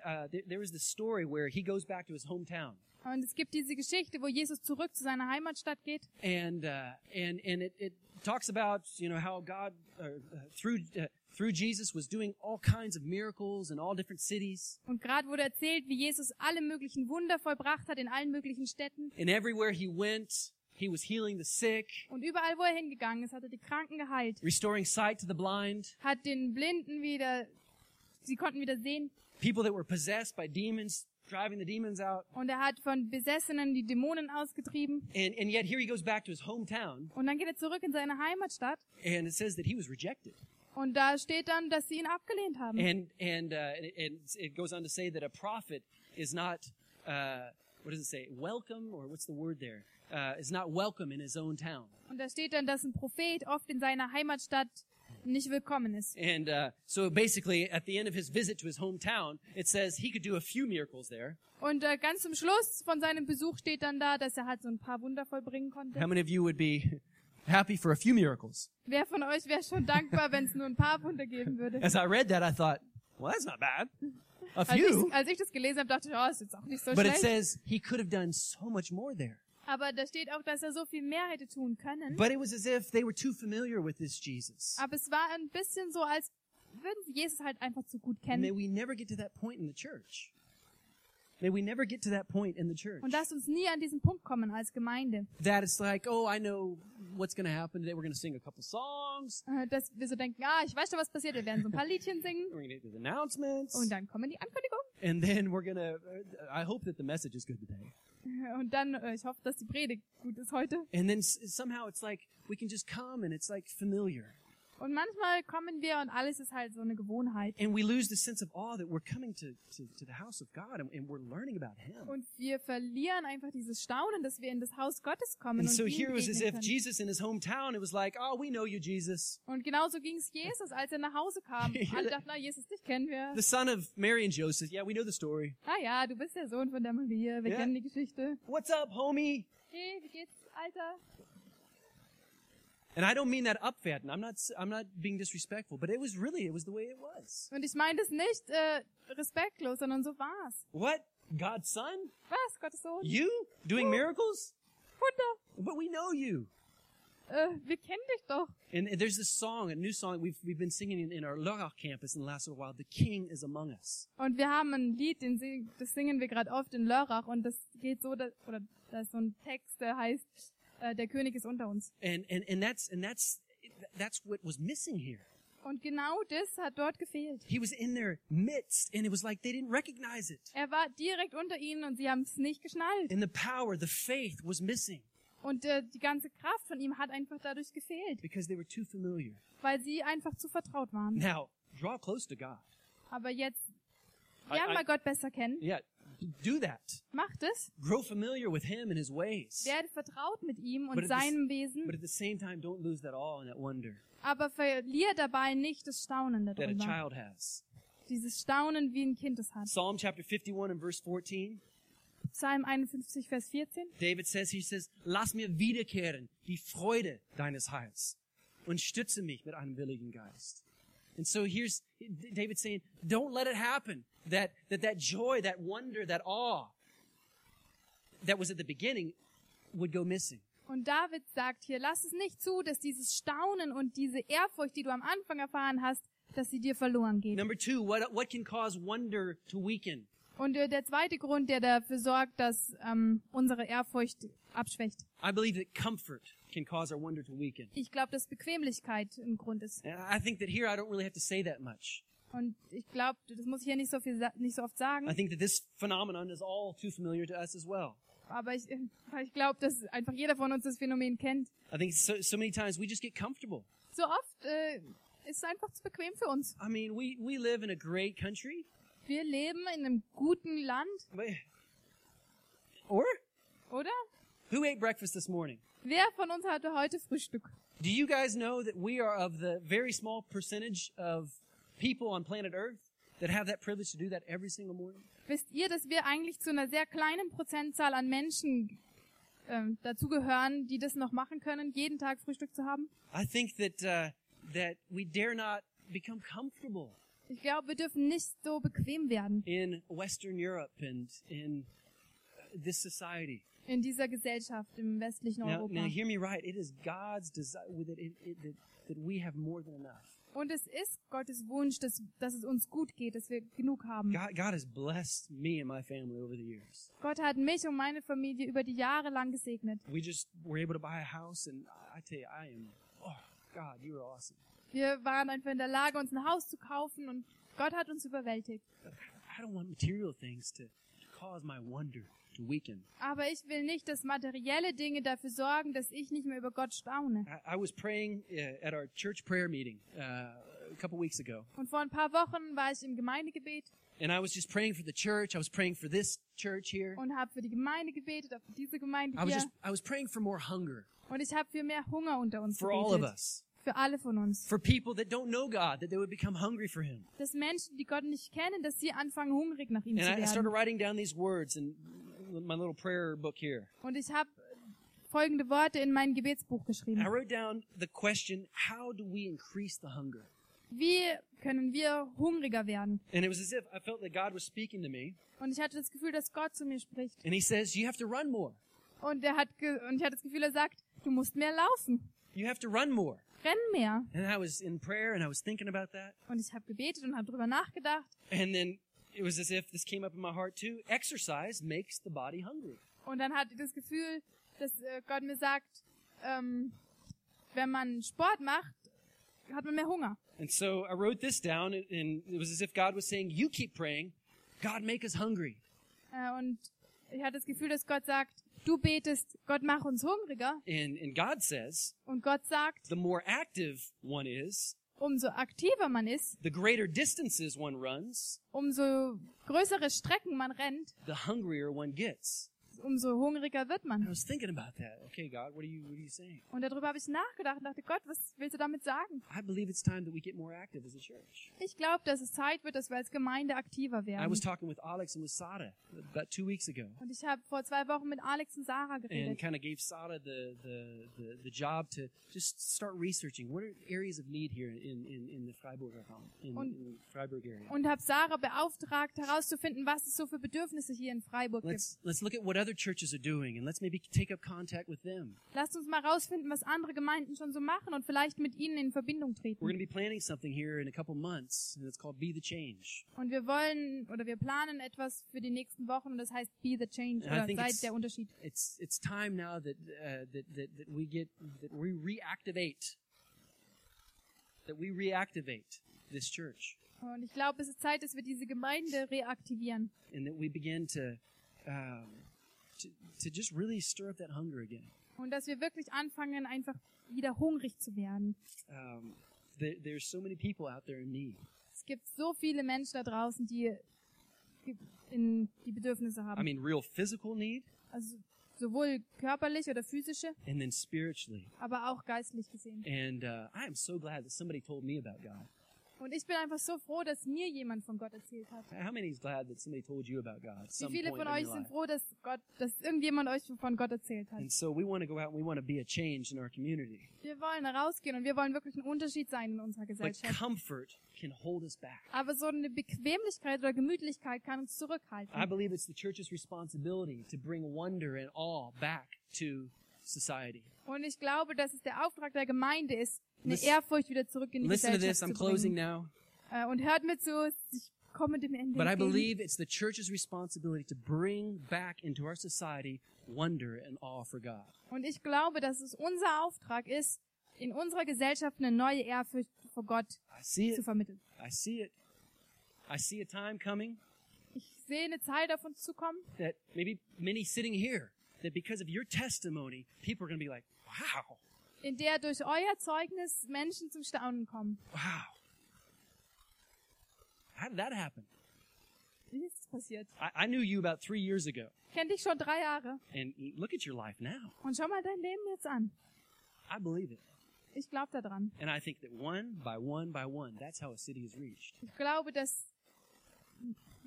[SPEAKER 1] uh, uh, there, there was this story where he goes back to his hometown,
[SPEAKER 2] Und es gibt diese Geschichte, wo Jesus zurück zu seiner Heimatstadt geht.
[SPEAKER 1] and uh, and and it, it talks about you know how God uh, uh, through uh, through Jesus was doing all kinds of miracles in all different cities,
[SPEAKER 2] Und gerade wurde erzählt, wie Jesus alle möglichen Wunder vollbracht hat in allen möglichen Städten.
[SPEAKER 1] and everywhere he went, he was healing the sick,
[SPEAKER 2] Und überall, wo er hingegangen ist, hat er die Kranken geheilt.
[SPEAKER 1] restoring sight to the blind,
[SPEAKER 2] Hat den Blinden wieder, sie konnten wieder sehen.
[SPEAKER 1] people that were possessed by demons, driving the demons out,
[SPEAKER 2] Und er hat von Besessenen die Dämonen ausgetrieben.
[SPEAKER 1] and and yet here he goes back to his hometown,
[SPEAKER 2] Und dann geht er zurück in seine Heimatstadt.
[SPEAKER 1] and it says that he was rejected.
[SPEAKER 2] Und da steht dann, dass sie ihn abgelehnt haben.
[SPEAKER 1] and and uh, and it- and it goes on to say that a prophet is not uh, what does it say welcome or what's the word there uh, is not welcome in his own town
[SPEAKER 2] Und da steht dann, dass ein Prophet oft in seiner Heimatstadt nicht willkommen ist.
[SPEAKER 1] and uh, so basically at the end of his visit to his hometown it says he could do a few miracles there
[SPEAKER 2] Und äh, ganz zum Schluss von seinem Besuch steht dann da, dass er halt so ein paar Wunder vollbringen
[SPEAKER 1] how
[SPEAKER 2] konnte.
[SPEAKER 1] many of you would be happy for a few miracles
[SPEAKER 2] Wer von euch wäre schon dankbar, wenn es nur ein paar Wunder geben würde?
[SPEAKER 1] as i read that i thought Well, that's not bad. A
[SPEAKER 2] Als
[SPEAKER 1] few.
[SPEAKER 2] ich, als ich das gelesen habe, dachte ich, oh, ist jetzt auch nicht so
[SPEAKER 1] But it
[SPEAKER 2] schlecht.
[SPEAKER 1] says he could have done so much more there.
[SPEAKER 2] Aber da steht auch, dass er so viel mehr hätte tun können.
[SPEAKER 1] But it was as if they were too familiar with this Jesus.
[SPEAKER 2] Aber es war ein bisschen so, als würden sie Jesus halt einfach zu gut
[SPEAKER 1] And may
[SPEAKER 2] kennen.
[SPEAKER 1] we never get to that point in the church. May we never get to that point in the church.
[SPEAKER 2] Und lass uns nie an diesen Punkt kommen als Gemeinde,
[SPEAKER 1] That it's like, oh, I know what's going to happen today. We're going to sing a couple songs.
[SPEAKER 2] äh, dass wir so denken, ah, ich weiß schon, was passiert. Wir werden so ein paar Liedchen singen
[SPEAKER 1] We're going to do the announcements.
[SPEAKER 2] und dann kommen die Ankündigungen.
[SPEAKER 1] and then we're going to, I hope that the message is good today.
[SPEAKER 2] Und dann, äh, ich hoffe, dass die Predigt gut ist heute.
[SPEAKER 1] And then s- somehow it's like we can just come and it's like familiar.
[SPEAKER 2] Und manchmal kommen wir und alles ist halt so eine Gewohnheit.
[SPEAKER 1] And we lose the sense of awe that we're coming to, to, to the house of God and, and we're learning about Him.
[SPEAKER 2] Und wir verlieren einfach dieses Staunen, dass wir in das Haus Gottes kommen.
[SPEAKER 1] And
[SPEAKER 2] Und,
[SPEAKER 1] so
[SPEAKER 2] ihm
[SPEAKER 1] here it was as
[SPEAKER 2] begegnen
[SPEAKER 1] if
[SPEAKER 2] können.
[SPEAKER 1] Jesus in his hometown, it was like, oh, we know you, Jesus.
[SPEAKER 2] und genauso ging es Jesus, als er nach Hause
[SPEAKER 1] <laughs>
[SPEAKER 2] kam.
[SPEAKER 1] You're
[SPEAKER 2] Alle
[SPEAKER 1] the-
[SPEAKER 2] dachten, na, Jesus, dich kennen wir.
[SPEAKER 1] The son of Mary and Joseph. Yeah, we know the story.
[SPEAKER 2] Ah ja, du bist der Sohn von der Maria, wir
[SPEAKER 1] Ja.
[SPEAKER 2] kennen die Geschichte.
[SPEAKER 1] What's up, homie?
[SPEAKER 2] Hey, wie geht's, Alter?
[SPEAKER 1] And I don't mean that upfatten. I'm not, s- I'm not being disrespectful, but it was really, it was the way it was.
[SPEAKER 2] Und ich meine das nicht äh, respektlos, sondern so war's.
[SPEAKER 1] What? God's son?
[SPEAKER 2] Was, Gottes Sohn?
[SPEAKER 1] You? Doing miracles?
[SPEAKER 2] Wunder.
[SPEAKER 1] But we know you.
[SPEAKER 2] Äh, wir kennen dich doch.
[SPEAKER 1] And and there's this song, a new song we've, we've been singing in, in our Lörrach campus in the last little while. The King is among us.
[SPEAKER 2] Und wir haben ein Lied, den sing, das singen wir gerade oft in Lörrach und das geht so, dass, oder da ist so ein Text, der heißt, äh, der König ist unter uns.
[SPEAKER 1] And, and, and that's, and that's, that's what was missing here.
[SPEAKER 2] Und genau das hat dort gefehlt.
[SPEAKER 1] He was in their midst and it was like they didn't recognize it.
[SPEAKER 2] Er war direkt unter ihnen und sie haben es nicht geschnallt.
[SPEAKER 1] And the power, the faith was missing
[SPEAKER 2] Und äh, die ganze Kraft von ihm hat einfach dadurch gefehlt,
[SPEAKER 1] because they were too familiar.
[SPEAKER 2] weil sie einfach zu vertraut waren.
[SPEAKER 1] Now, draw close to God.
[SPEAKER 2] Aber jetzt
[SPEAKER 1] I-
[SPEAKER 2] lernen
[SPEAKER 1] I-
[SPEAKER 2] wir Gott besser kennen.
[SPEAKER 1] Yeah, do that.
[SPEAKER 2] Macht es.
[SPEAKER 1] Grow familiar with Him and His ways.
[SPEAKER 2] Werde vertraut mit ihm
[SPEAKER 1] But
[SPEAKER 2] und
[SPEAKER 1] at the s-
[SPEAKER 2] seinem
[SPEAKER 1] But
[SPEAKER 2] Wesen,
[SPEAKER 1] at the same time, don't lose that awe and that wonder
[SPEAKER 2] aber verlier dabei nicht das Staunen
[SPEAKER 1] that a
[SPEAKER 2] darüber.
[SPEAKER 1] child has.
[SPEAKER 2] Dieses Staunen, wie ein Kind es hat.
[SPEAKER 1] Psalm chapter 51 and verse 14,
[SPEAKER 2] Psalm 51, Vers 14.
[SPEAKER 1] David says, he says, Lass mir wiederkehren die Freude deines Heils und stütze mich mit einem willigen Geist. And so here's David saying, don't let it happen. That, that, that joy, that wonder, that awe that was at the beginning would go missing.
[SPEAKER 2] Und David sagt hier, lass es nicht zu, dass dieses Staunen und diese Ehrfurcht, die du am Anfang erfahren hast, dass sie dir verloren geht.
[SPEAKER 1] Number two, what, what can cause wonder to weaken?
[SPEAKER 2] Und äh, der zweite Grund, der dafür sorgt, dass ähm, unsere Ehrfurcht abschwächt.
[SPEAKER 1] I believe that comfort can cause our wonder to weaken.
[SPEAKER 2] Ich glaube, dass Bequemlichkeit ein Grund ist.
[SPEAKER 1] And I think that here I don't really have to say that much.
[SPEAKER 2] Und ich glaube, das muss ich hier nicht so viel, sa- nicht so oft
[SPEAKER 1] I
[SPEAKER 2] sagen,
[SPEAKER 1] think that this phenomenon is all too familiar to us as well.
[SPEAKER 2] aber ich, <laughs> weil ich glaube, dass einfach jeder von uns das Phänomen kennt.
[SPEAKER 1] I think so, so many times we just get comfortable.
[SPEAKER 2] So oft äh, ist es einfach zu bequem für uns.
[SPEAKER 1] I mean, we, we live in a great country,
[SPEAKER 2] Wir leben in einem guten Land,
[SPEAKER 1] but, or
[SPEAKER 2] oder?
[SPEAKER 1] who ate breakfast this morning?
[SPEAKER 2] Wer von uns hatte heute Frühstück?
[SPEAKER 1] Do you guys know that we are of the very small percentage of people on planet Earth that have that privilege to do that every single morning?
[SPEAKER 2] Wisst ihr, dass wir eigentlich zu einer sehr kleinen Prozentzahl an Menschen ähm, dazugehören, die das noch machen können, jeden Tag Frühstück zu haben?
[SPEAKER 1] I think that uh, that we dare not become comfortable
[SPEAKER 2] Ich glaube, wir dürfen nicht so bequem werden
[SPEAKER 1] in Western Europe and in this society.
[SPEAKER 2] in dieser Gesellschaft im westlichen
[SPEAKER 1] Now,
[SPEAKER 2] Europa.
[SPEAKER 1] now hear me right. It is God's desire with it, it, it, that, that we have more than enough.
[SPEAKER 2] Und es ist Gottes Wunsch, dass, dass es uns gut geht, dass wir genug haben.
[SPEAKER 1] God, God has blessed me and my family over the years.
[SPEAKER 2] Gott hat mich und meine Familie über die Jahre lang gesegnet.
[SPEAKER 1] We just were able to buy a house, and I, I tell you, I am. Oh, God, you are awesome.
[SPEAKER 2] Wir waren einfach in der Lage, uns ein Haus zu kaufen und Gott hat uns überwältigt.
[SPEAKER 1] I don't want material things to, to cause my wonder to weaken.
[SPEAKER 2] Aber ich will nicht, dass materielle Dinge dafür sorgen, dass ich nicht mehr über Gott staune.
[SPEAKER 1] I, I was praying uh, at our church prayer meeting uh, a couple weeks ago,
[SPEAKER 2] Und vor ein paar Wochen war ich im Gemeindegebet
[SPEAKER 1] and I was just praying for the church. I was praying for this church here.
[SPEAKER 2] und habe für die Gemeinde gebetet, auch für diese Gemeinde
[SPEAKER 1] I was
[SPEAKER 2] hier.
[SPEAKER 1] just I was praying for more hunger
[SPEAKER 2] Und ich habe für mehr Hunger unter uns
[SPEAKER 1] for all of
[SPEAKER 2] gebetet.
[SPEAKER 1] us.
[SPEAKER 2] Für alle von uns.
[SPEAKER 1] for people that don't know God, that they would become hungry for Him.
[SPEAKER 2] Dass Menschen, die Gott nicht kennen, dass sie anfangen, hungrig nach ihm zu
[SPEAKER 1] And I- I started
[SPEAKER 2] werden.
[SPEAKER 1] writing down these words in my little prayer book here.
[SPEAKER 2] Und ich habe folgende Worte in mein Gebetsbuch
[SPEAKER 1] I
[SPEAKER 2] geschrieben.
[SPEAKER 1] wrote down the question, how do we increase the hunger?
[SPEAKER 2] Wie können wir hungriger werden?
[SPEAKER 1] And it was as if I felt that God was speaking to me.
[SPEAKER 2] Und ich hatte das Gefühl, dass Gott zu mir spricht.
[SPEAKER 1] And He says, You have to run more.
[SPEAKER 2] Und er hat ge und ich hatte das Gefühl, er sagt, du musst mehr laufen,
[SPEAKER 1] You have to run more.
[SPEAKER 2] renn mehr.
[SPEAKER 1] And I was in prayer and I was thinking about that.
[SPEAKER 2] Und ich habe gebetet und habe drüber nachgedacht.
[SPEAKER 1] And then it was as if this came up in my heart too. Exercise makes the body hungry.
[SPEAKER 2] Und dann hatte ich das Gefühl, dass äh, Gott mir sagt, ähm, wenn man Sport macht, hat man mehr Hunger.
[SPEAKER 1] And so I wrote this down, and- and it was as if God was saying, You keep praying. God, make us hungry.
[SPEAKER 2] Äh, und ich hatte das Gefühl, dass Gott sagt, du betest, Gott mach uns hungriger.
[SPEAKER 1] And, and God says,
[SPEAKER 2] Und Gott sagt,
[SPEAKER 1] The more active one is,
[SPEAKER 2] umso aktiver man ist,
[SPEAKER 1] the greater distances one runs,
[SPEAKER 2] umso größere Strecken man rennt,
[SPEAKER 1] the hungrier one gets.
[SPEAKER 2] umso hungriger wird
[SPEAKER 1] And I
[SPEAKER 2] man.
[SPEAKER 1] was thinking about that. Okay, God, what are you, what are you saying?
[SPEAKER 2] Und darüber habe ich nachgedacht und dachte, Gott, was willst du damit sagen?
[SPEAKER 1] I believe it's time that we get more active as a church.
[SPEAKER 2] Ich glaube, dass es Zeit wird, dass wir als Gemeinde aktiver
[SPEAKER 1] I
[SPEAKER 2] werden.
[SPEAKER 1] was talking with Alex and with Sada about two weeks ago.
[SPEAKER 2] Und ich habe vor zwei Wochen mit Alex und Sarah
[SPEAKER 1] and
[SPEAKER 2] geredet
[SPEAKER 1] kind of gave Sada the, the, the, the job to just start researching what are areas of need here in, in, in the Freiburg Raum, in,
[SPEAKER 2] Und-
[SPEAKER 1] in Freiburg area.
[SPEAKER 2] und habe Sarah beauftragt, herauszufinden, was es so für Bedürfnisse hier in Freiburg gibt.
[SPEAKER 1] Let's, let's look at what other churches are doing and let's maybe take up contact with them.
[SPEAKER 2] Lasst uns mal herausfinden, was andere Gemeinden schon so machen und vielleicht mit ihnen in Verbindung
[SPEAKER 1] We're
[SPEAKER 2] treten.
[SPEAKER 1] going to be planning something here in a couple months and it's called Be the Change.
[SPEAKER 2] Und wir wollen oder wir planen etwas für die nächsten Wochen und das heißt Be the Change
[SPEAKER 1] And I
[SPEAKER 2] oder
[SPEAKER 1] think it's-
[SPEAKER 2] seid der Unterschied.
[SPEAKER 1] It's, it's time now that, uh, that, that, that we get, that we reactivate, that we reactivate this church
[SPEAKER 2] Und ich glaube, es ist Zeit, dass wir diese Gemeinde reaktivieren
[SPEAKER 1] and that we begin to, um, to, to just really stir up that hunger again.
[SPEAKER 2] und dass wir wirklich anfangen, einfach wieder hungrig zu werden.
[SPEAKER 1] um, there, there's so many people out there in need.
[SPEAKER 2] Es gibt so viele Menschen da draußen, die ge- in die Bedürfnisse
[SPEAKER 1] I
[SPEAKER 2] haben.
[SPEAKER 1] mean, real physical need,
[SPEAKER 2] Also sowohl körperlich oder physische,
[SPEAKER 1] and then spiritually.
[SPEAKER 2] aber auch geistlich gesehen.
[SPEAKER 1] And uh, I am so glad that somebody told me about God.
[SPEAKER 2] Und ich bin einfach so froh, dass mir jemand von Gott erzählt hat.
[SPEAKER 1] How many is glad that somebody told you about God? at
[SPEAKER 2] Wie
[SPEAKER 1] Some
[SPEAKER 2] viele
[SPEAKER 1] point
[SPEAKER 2] von
[SPEAKER 1] in
[SPEAKER 2] euch
[SPEAKER 1] your
[SPEAKER 2] sind
[SPEAKER 1] life?
[SPEAKER 2] froh, dass Gott, dass irgendjemand euch von Gott erzählt hat?
[SPEAKER 1] And so we want to go out and we want to be a change in our community.
[SPEAKER 2] Wir wollen rausgehen und wir wollen wirklich ein Unterschied sein in unserer
[SPEAKER 1] But
[SPEAKER 2] Gesellschaft.
[SPEAKER 1] comfort can hold us back.
[SPEAKER 2] Aber so eine Bequemlichkeit oder Gemütlichkeit kann uns
[SPEAKER 1] I
[SPEAKER 2] zurückhalten.
[SPEAKER 1] believe it's the church's responsibility to bring wonder and awe back to society.
[SPEAKER 2] Und ich glaube, dass es der Auftrag der Gemeinde ist, eine
[SPEAKER 1] Listen-
[SPEAKER 2] Ehrfurcht wieder zurück in die
[SPEAKER 1] Listen to this. I'm
[SPEAKER 2] Gesellschaft zu
[SPEAKER 1] closing
[SPEAKER 2] bringen.
[SPEAKER 1] now.
[SPEAKER 2] Äh, Und hört mir zu, ich komme dem Ende.
[SPEAKER 1] But I
[SPEAKER 2] entgegen.
[SPEAKER 1] believe it's the church's responsibility to bring back into our society wonder and awe for God.
[SPEAKER 2] Und ich glaube, dass es unser Auftrag ist, in unserer Gesellschaft eine neue Ehrfurcht vor Gott
[SPEAKER 1] I see
[SPEAKER 2] zu
[SPEAKER 1] it.
[SPEAKER 2] vermitteln.
[SPEAKER 1] I see it. I see a time coming
[SPEAKER 2] Ich sehe eine Zeit auf uns zukommen,
[SPEAKER 1] that maybe many sitting here, that because of your testimony, people are going to be like, wow,
[SPEAKER 2] in der durch euer Zeugnis Menschen zum Staunen kommen.
[SPEAKER 1] wow. How did that happen?
[SPEAKER 2] Wie ist das passiert?
[SPEAKER 1] I, I knew you about three years ago,
[SPEAKER 2] Ich kenne dich schon drei Jahre
[SPEAKER 1] and look at your life now.
[SPEAKER 2] und schau mal dein Leben jetzt an.
[SPEAKER 1] I believe it.
[SPEAKER 2] Ich glaube daran.
[SPEAKER 1] And I think that one by one by one, that's how a city is reached.
[SPEAKER 2] Ich glaube, dass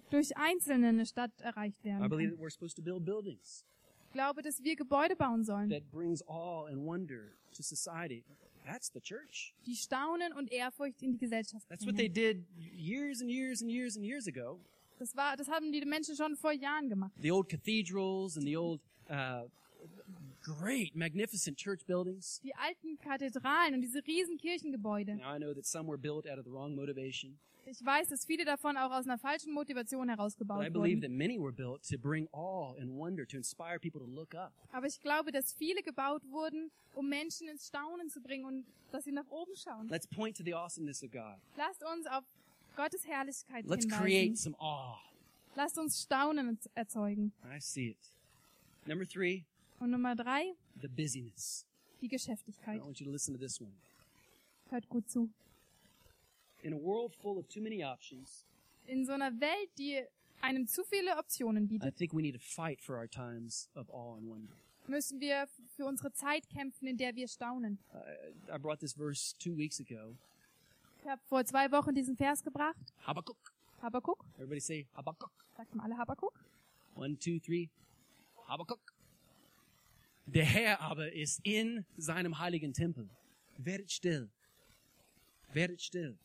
[SPEAKER 2] durch Einzelne eine Stadt erreicht werden
[SPEAKER 1] I believe
[SPEAKER 2] kann.
[SPEAKER 1] that we're supposed to build buildings
[SPEAKER 2] Ich glaube, dass wir Gebäude bauen sollen,
[SPEAKER 1] that brings awe and wonder to society. That's the church.
[SPEAKER 2] die Staunen und Ehrfurcht in die Gesellschaft
[SPEAKER 1] That's what they
[SPEAKER 2] bringen.
[SPEAKER 1] did years and years and years and years ago.
[SPEAKER 2] Das, war, das haben die Menschen schon vor Jahren gemacht.
[SPEAKER 1] The old cathedrals and the old uh, great, magnificent church buildings.
[SPEAKER 2] Die alten Kathedralen und diese riesen Kirchengebäude.
[SPEAKER 1] Now I know that some were built out of the wrong motivation,
[SPEAKER 2] Ich weiß, dass viele davon auch aus einer falschen Motivation
[SPEAKER 1] but I
[SPEAKER 2] herausgebaut
[SPEAKER 1] believe
[SPEAKER 2] wurden.
[SPEAKER 1] that many were built to bring awe and wonder, to inspire people to look up.
[SPEAKER 2] Aber ich glaube, dass viele gebaut wurden, um Menschen ins Staunen zu bringen und dass sie nach oben schauen.
[SPEAKER 1] Let's point to the awesomeness of God.
[SPEAKER 2] Lasst uns auf Gottes Herrlichkeit
[SPEAKER 1] Let's create
[SPEAKER 2] hinweisen.
[SPEAKER 1] some awe.
[SPEAKER 2] Lasst uns Staunen erzeugen.
[SPEAKER 1] I see it. Number three,
[SPEAKER 2] Und Nummer drei,
[SPEAKER 1] the busyness.
[SPEAKER 2] die
[SPEAKER 1] I
[SPEAKER 2] Geschäftigkeit.
[SPEAKER 1] want you to listen to this one.
[SPEAKER 2] Hört gut zu.
[SPEAKER 1] In a world full of too many options,
[SPEAKER 2] In so einer Welt, die einem zu viele Optionen
[SPEAKER 1] I
[SPEAKER 2] bietet,
[SPEAKER 1] think we need to fight for our times of awe and wonder.
[SPEAKER 2] müssen wir für unsere Zeit kämpfen, in der wir staunen.
[SPEAKER 1] Uh, I brought this verse two weeks ago.
[SPEAKER 2] Ich habe vor zwei Wochen diesen Vers gebracht.
[SPEAKER 1] Habakkuk.
[SPEAKER 2] Habakuk.
[SPEAKER 1] Everybody say Habakkuk.
[SPEAKER 2] Sagt mal alle Habakuk.
[SPEAKER 1] One, two, three. Habakkuk. Der Herr aber ist in seinem heiligen Tempel. Werdet still. Werdet still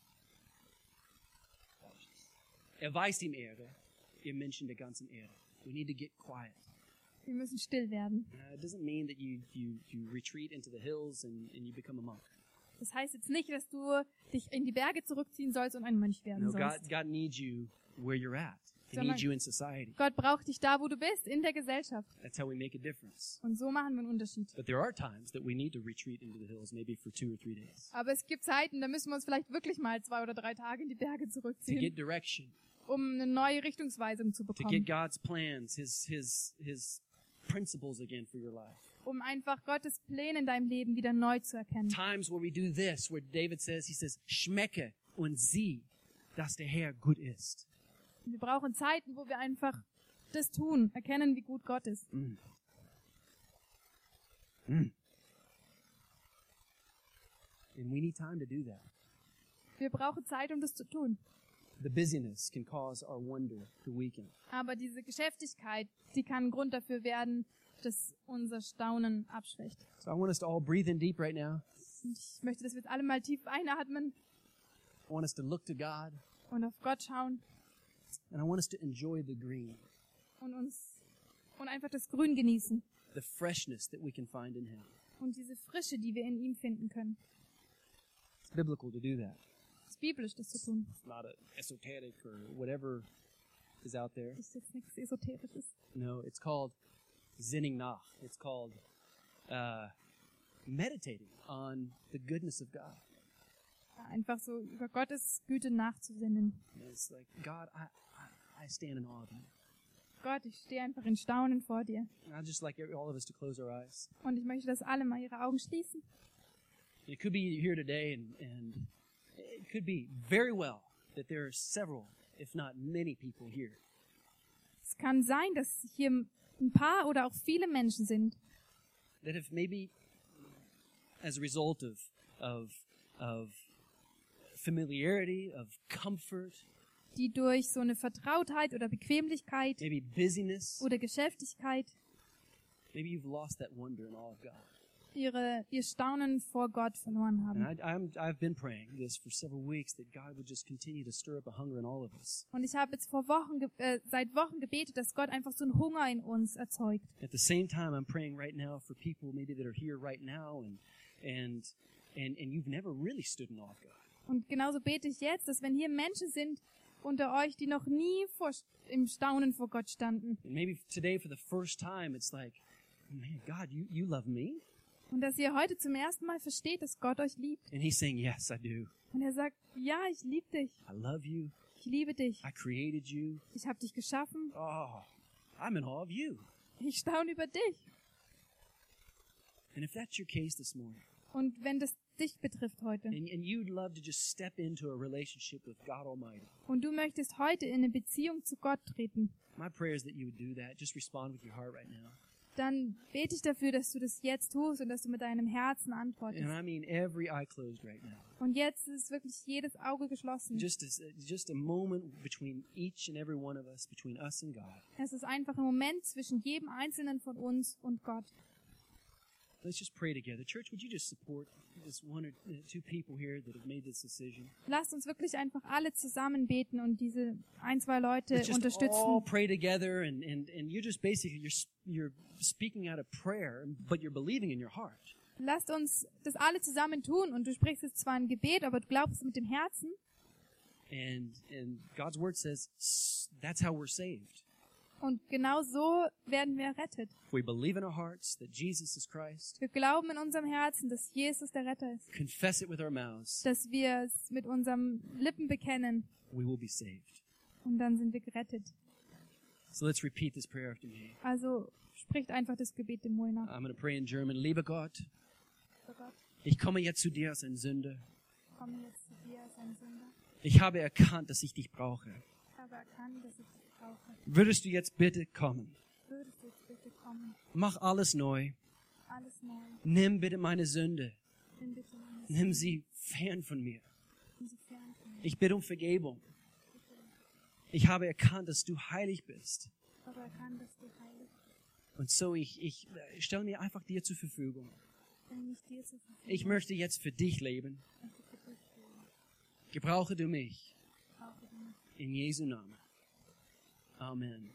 [SPEAKER 1] Erweist Er ihm Ehre, ihr Menschen der ganzen Erde. We need to get quiet.
[SPEAKER 2] Wir müssen still werden.
[SPEAKER 1] Uh, it doesn't mean that you, you, you retreat into the hills and, and you become a monk.
[SPEAKER 2] Das heißt jetzt nicht, dass du dich in die Berge zurückziehen sollst und ein Mönch werden
[SPEAKER 1] No, God,
[SPEAKER 2] sollst.
[SPEAKER 1] God needs you where you're at. He
[SPEAKER 2] Sondern-
[SPEAKER 1] needs you in society.
[SPEAKER 2] Gott braucht dich da, wo du bist, in der Gesellschaft.
[SPEAKER 1] That's how we make a difference.
[SPEAKER 2] Und so machen wir einen Unterschied.
[SPEAKER 1] But there are times that we need to retreat into the hills, maybe for two or three days,
[SPEAKER 2] Aber es gibt Zeiten, da müssen wir uns vielleicht wirklich mal zwei oder drei Tage in die Berge
[SPEAKER 1] to
[SPEAKER 2] zurückziehen,
[SPEAKER 1] get direction,
[SPEAKER 2] um eine neue Richtungsweisung zu
[SPEAKER 1] to get
[SPEAKER 2] bekommen.
[SPEAKER 1] God's plans, His His His principles again for your life.
[SPEAKER 2] Um einfach Gottes Pläne in deinem Leben wieder neu zu erkennen.
[SPEAKER 1] times where we do this, where David says, he says, schmecke und sieh, dass der Herr gut ist.
[SPEAKER 2] Wir brauchen Zeiten, wo wir einfach das tun, erkennen, wie gut Gott ist.
[SPEAKER 1] And we need time to do that.
[SPEAKER 2] Wir brauchen Zeit, um das zu tun.
[SPEAKER 1] The busyness can cause our wonder to weaken.
[SPEAKER 2] Aber diese Geschäftigkeit, die kann ein Grund dafür werden, dass unser Staunen abschwächt.
[SPEAKER 1] So I want us to all breathe in deep right now.
[SPEAKER 2] Und ich möchte, dass wir jetzt alle mal tief einatmen
[SPEAKER 1] I want us to look to God
[SPEAKER 2] und auf Gott schauen
[SPEAKER 1] and I want us to enjoy the green,
[SPEAKER 2] und uns und einfach das Grün genießen
[SPEAKER 1] the freshness that we can find in Him.
[SPEAKER 2] und diese Frische, die wir in ihm finden können.
[SPEAKER 1] It's biblical to do that.
[SPEAKER 2] Es ist biblisch, das zu tun.
[SPEAKER 1] It's not a esoteric or whatever is out there.
[SPEAKER 2] Das ist jetzt nichts Esoterisches.
[SPEAKER 1] No, it's called zinning nach. It's called uh, meditating on the goodness of God.
[SPEAKER 2] Einfach so über Gottes Güte nachzusinnen.
[SPEAKER 1] And It's like, God, I, I, I stand in awe of you.
[SPEAKER 2] Gott, ich stehe einfach in Staunen vor dir.
[SPEAKER 1] And I'd just like every, all of us to close our eyes.
[SPEAKER 2] Und ich möchte, dass alle mal ihre Augen schließen.
[SPEAKER 1] And It could be you're here today, and, and it could be very well that there are several, if not many people here
[SPEAKER 2] Es kann sein, dass hier ein paar oder auch viele Menschen sind,
[SPEAKER 1] that have maybe, as a result of, of, of familiarity, of comfort,
[SPEAKER 2] die durch so eine Vertrautheit oder Bequemlichkeit
[SPEAKER 1] maybe busyness,
[SPEAKER 2] oder Geschäftigkeit
[SPEAKER 1] maybe you've lost that wonder and awe of God.
[SPEAKER 2] ihre, ihr Staunen vor Gott verloren
[SPEAKER 1] And
[SPEAKER 2] haben.
[SPEAKER 1] I, I'm, I've been praying this for several weeks that God would just continue to stir up a hunger in all of us.
[SPEAKER 2] Und ich habe jetzt vor Wochen, ge- äh, seit Wochen gebetet, dass Gott einfach so einen Hunger in uns erzeugt.
[SPEAKER 1] At the same time, I'm praying right now for people maybe that are here right now and and and and you've never really stood in awe of God.
[SPEAKER 2] Und genauso bete ich jetzt, dass wenn hier Menschen sind unter euch, die noch nie vor, im Staunen vor Gott standen,
[SPEAKER 1] And maybe today for the first time, it's like, man, God, you you love me,
[SPEAKER 2] und dass ihr heute zum ersten Mal versteht, dass Gott euch liebt.
[SPEAKER 1] and He's saying, yes, I do.
[SPEAKER 2] Und er sagt, ja, ich liebe dich,
[SPEAKER 1] I love you.
[SPEAKER 2] ich liebe dich,
[SPEAKER 1] I created you.
[SPEAKER 2] ich habe dich geschaffen,
[SPEAKER 1] Oh, I'm in awe of you.
[SPEAKER 2] ich staune über dich.
[SPEAKER 1] And if that's your case this morning,
[SPEAKER 2] Und wenn das dich betrifft heute
[SPEAKER 1] and, and you'd love to just step into a relationship with God Almighty,
[SPEAKER 2] und du möchtest heute in eine Beziehung zu Gott treten,
[SPEAKER 1] my prayer is that you would do that. Just respond with your heart right now.
[SPEAKER 2] dann bete ich dafür, dass du das jetzt tust und dass du mit deinem Herzen
[SPEAKER 1] And
[SPEAKER 2] antwortest.
[SPEAKER 1] I mean every eye closed right now.
[SPEAKER 2] Und jetzt ist wirklich jedes Auge geschlossen.
[SPEAKER 1] Just a, just a moment between each and every one of us, between us and God.
[SPEAKER 2] Es ist einfach ein Moment zwischen jedem Einzelnen von uns und Gott.
[SPEAKER 1] Let's just pray together. Church, would you just support this one or uh, two people here that have made this decision?
[SPEAKER 2] Lasst uns wirklich einfach alle zusammen beten und diese ein, zwei Leute
[SPEAKER 1] Let's just all
[SPEAKER 2] unterstützen.
[SPEAKER 1] pray together, and, and, and you're just basically you're s- you're speaking out of prayer, but you're believing in your heart.
[SPEAKER 2] Lasst uns das alle zusammen tun und du sprichst jetzt zwar ein Gebet, aber du glaubst mit dem Herzen
[SPEAKER 1] And and God's word says "S- that's how we're saved.
[SPEAKER 2] und genau so werden wir errettet.
[SPEAKER 1] If we believe in our hearts that Jesus is Christ,
[SPEAKER 2] Wir glauben in unserem Herzen, dass Jesus der Retter ist,
[SPEAKER 1] confess it with our mouths,
[SPEAKER 2] dass wir es mit unseren Lippen bekennen
[SPEAKER 1] we will be saved.
[SPEAKER 2] und dann sind wir gerettet.
[SPEAKER 1] So let's repeat this prayer after me.
[SPEAKER 2] Also spricht einfach das Gebet dem Mul nach.
[SPEAKER 1] I'm going to pray in German. Lieber Gott,
[SPEAKER 2] Oh Gott,
[SPEAKER 1] Ich komme jetzt zu dir als ein Sünder.
[SPEAKER 2] komm jetzt zu dir als ein Sünder,
[SPEAKER 1] Ich habe erkannt, dass ich dich brauche.
[SPEAKER 2] aber erkannt, dass ich dich brauche.
[SPEAKER 1] Würdest du jetzt bitte kommen?
[SPEAKER 2] Würdest du jetzt bitte kommen,
[SPEAKER 1] Mach alles neu.
[SPEAKER 2] alles neu,
[SPEAKER 1] Nimm bitte meine Sünde.
[SPEAKER 2] nimm bitte meine
[SPEAKER 1] Nimm sie fern von mir.
[SPEAKER 2] Sünden fern von mir.
[SPEAKER 1] Ich bitte um Vergebung. Ich habe erkannt, dass du heilig bist.
[SPEAKER 2] Aber erkannt, dass du heilig bist,
[SPEAKER 1] Und so, ich, ich stelle mir einfach dir zur Verfügung.
[SPEAKER 2] wenn mich dir zur
[SPEAKER 1] Ich
[SPEAKER 2] Verfügung
[SPEAKER 1] möchte jetzt für dich leben.
[SPEAKER 2] möchte für dich leben,
[SPEAKER 1] Gebrauche du mich.
[SPEAKER 2] brauche du mich.
[SPEAKER 1] In Jesu Namen. Amen.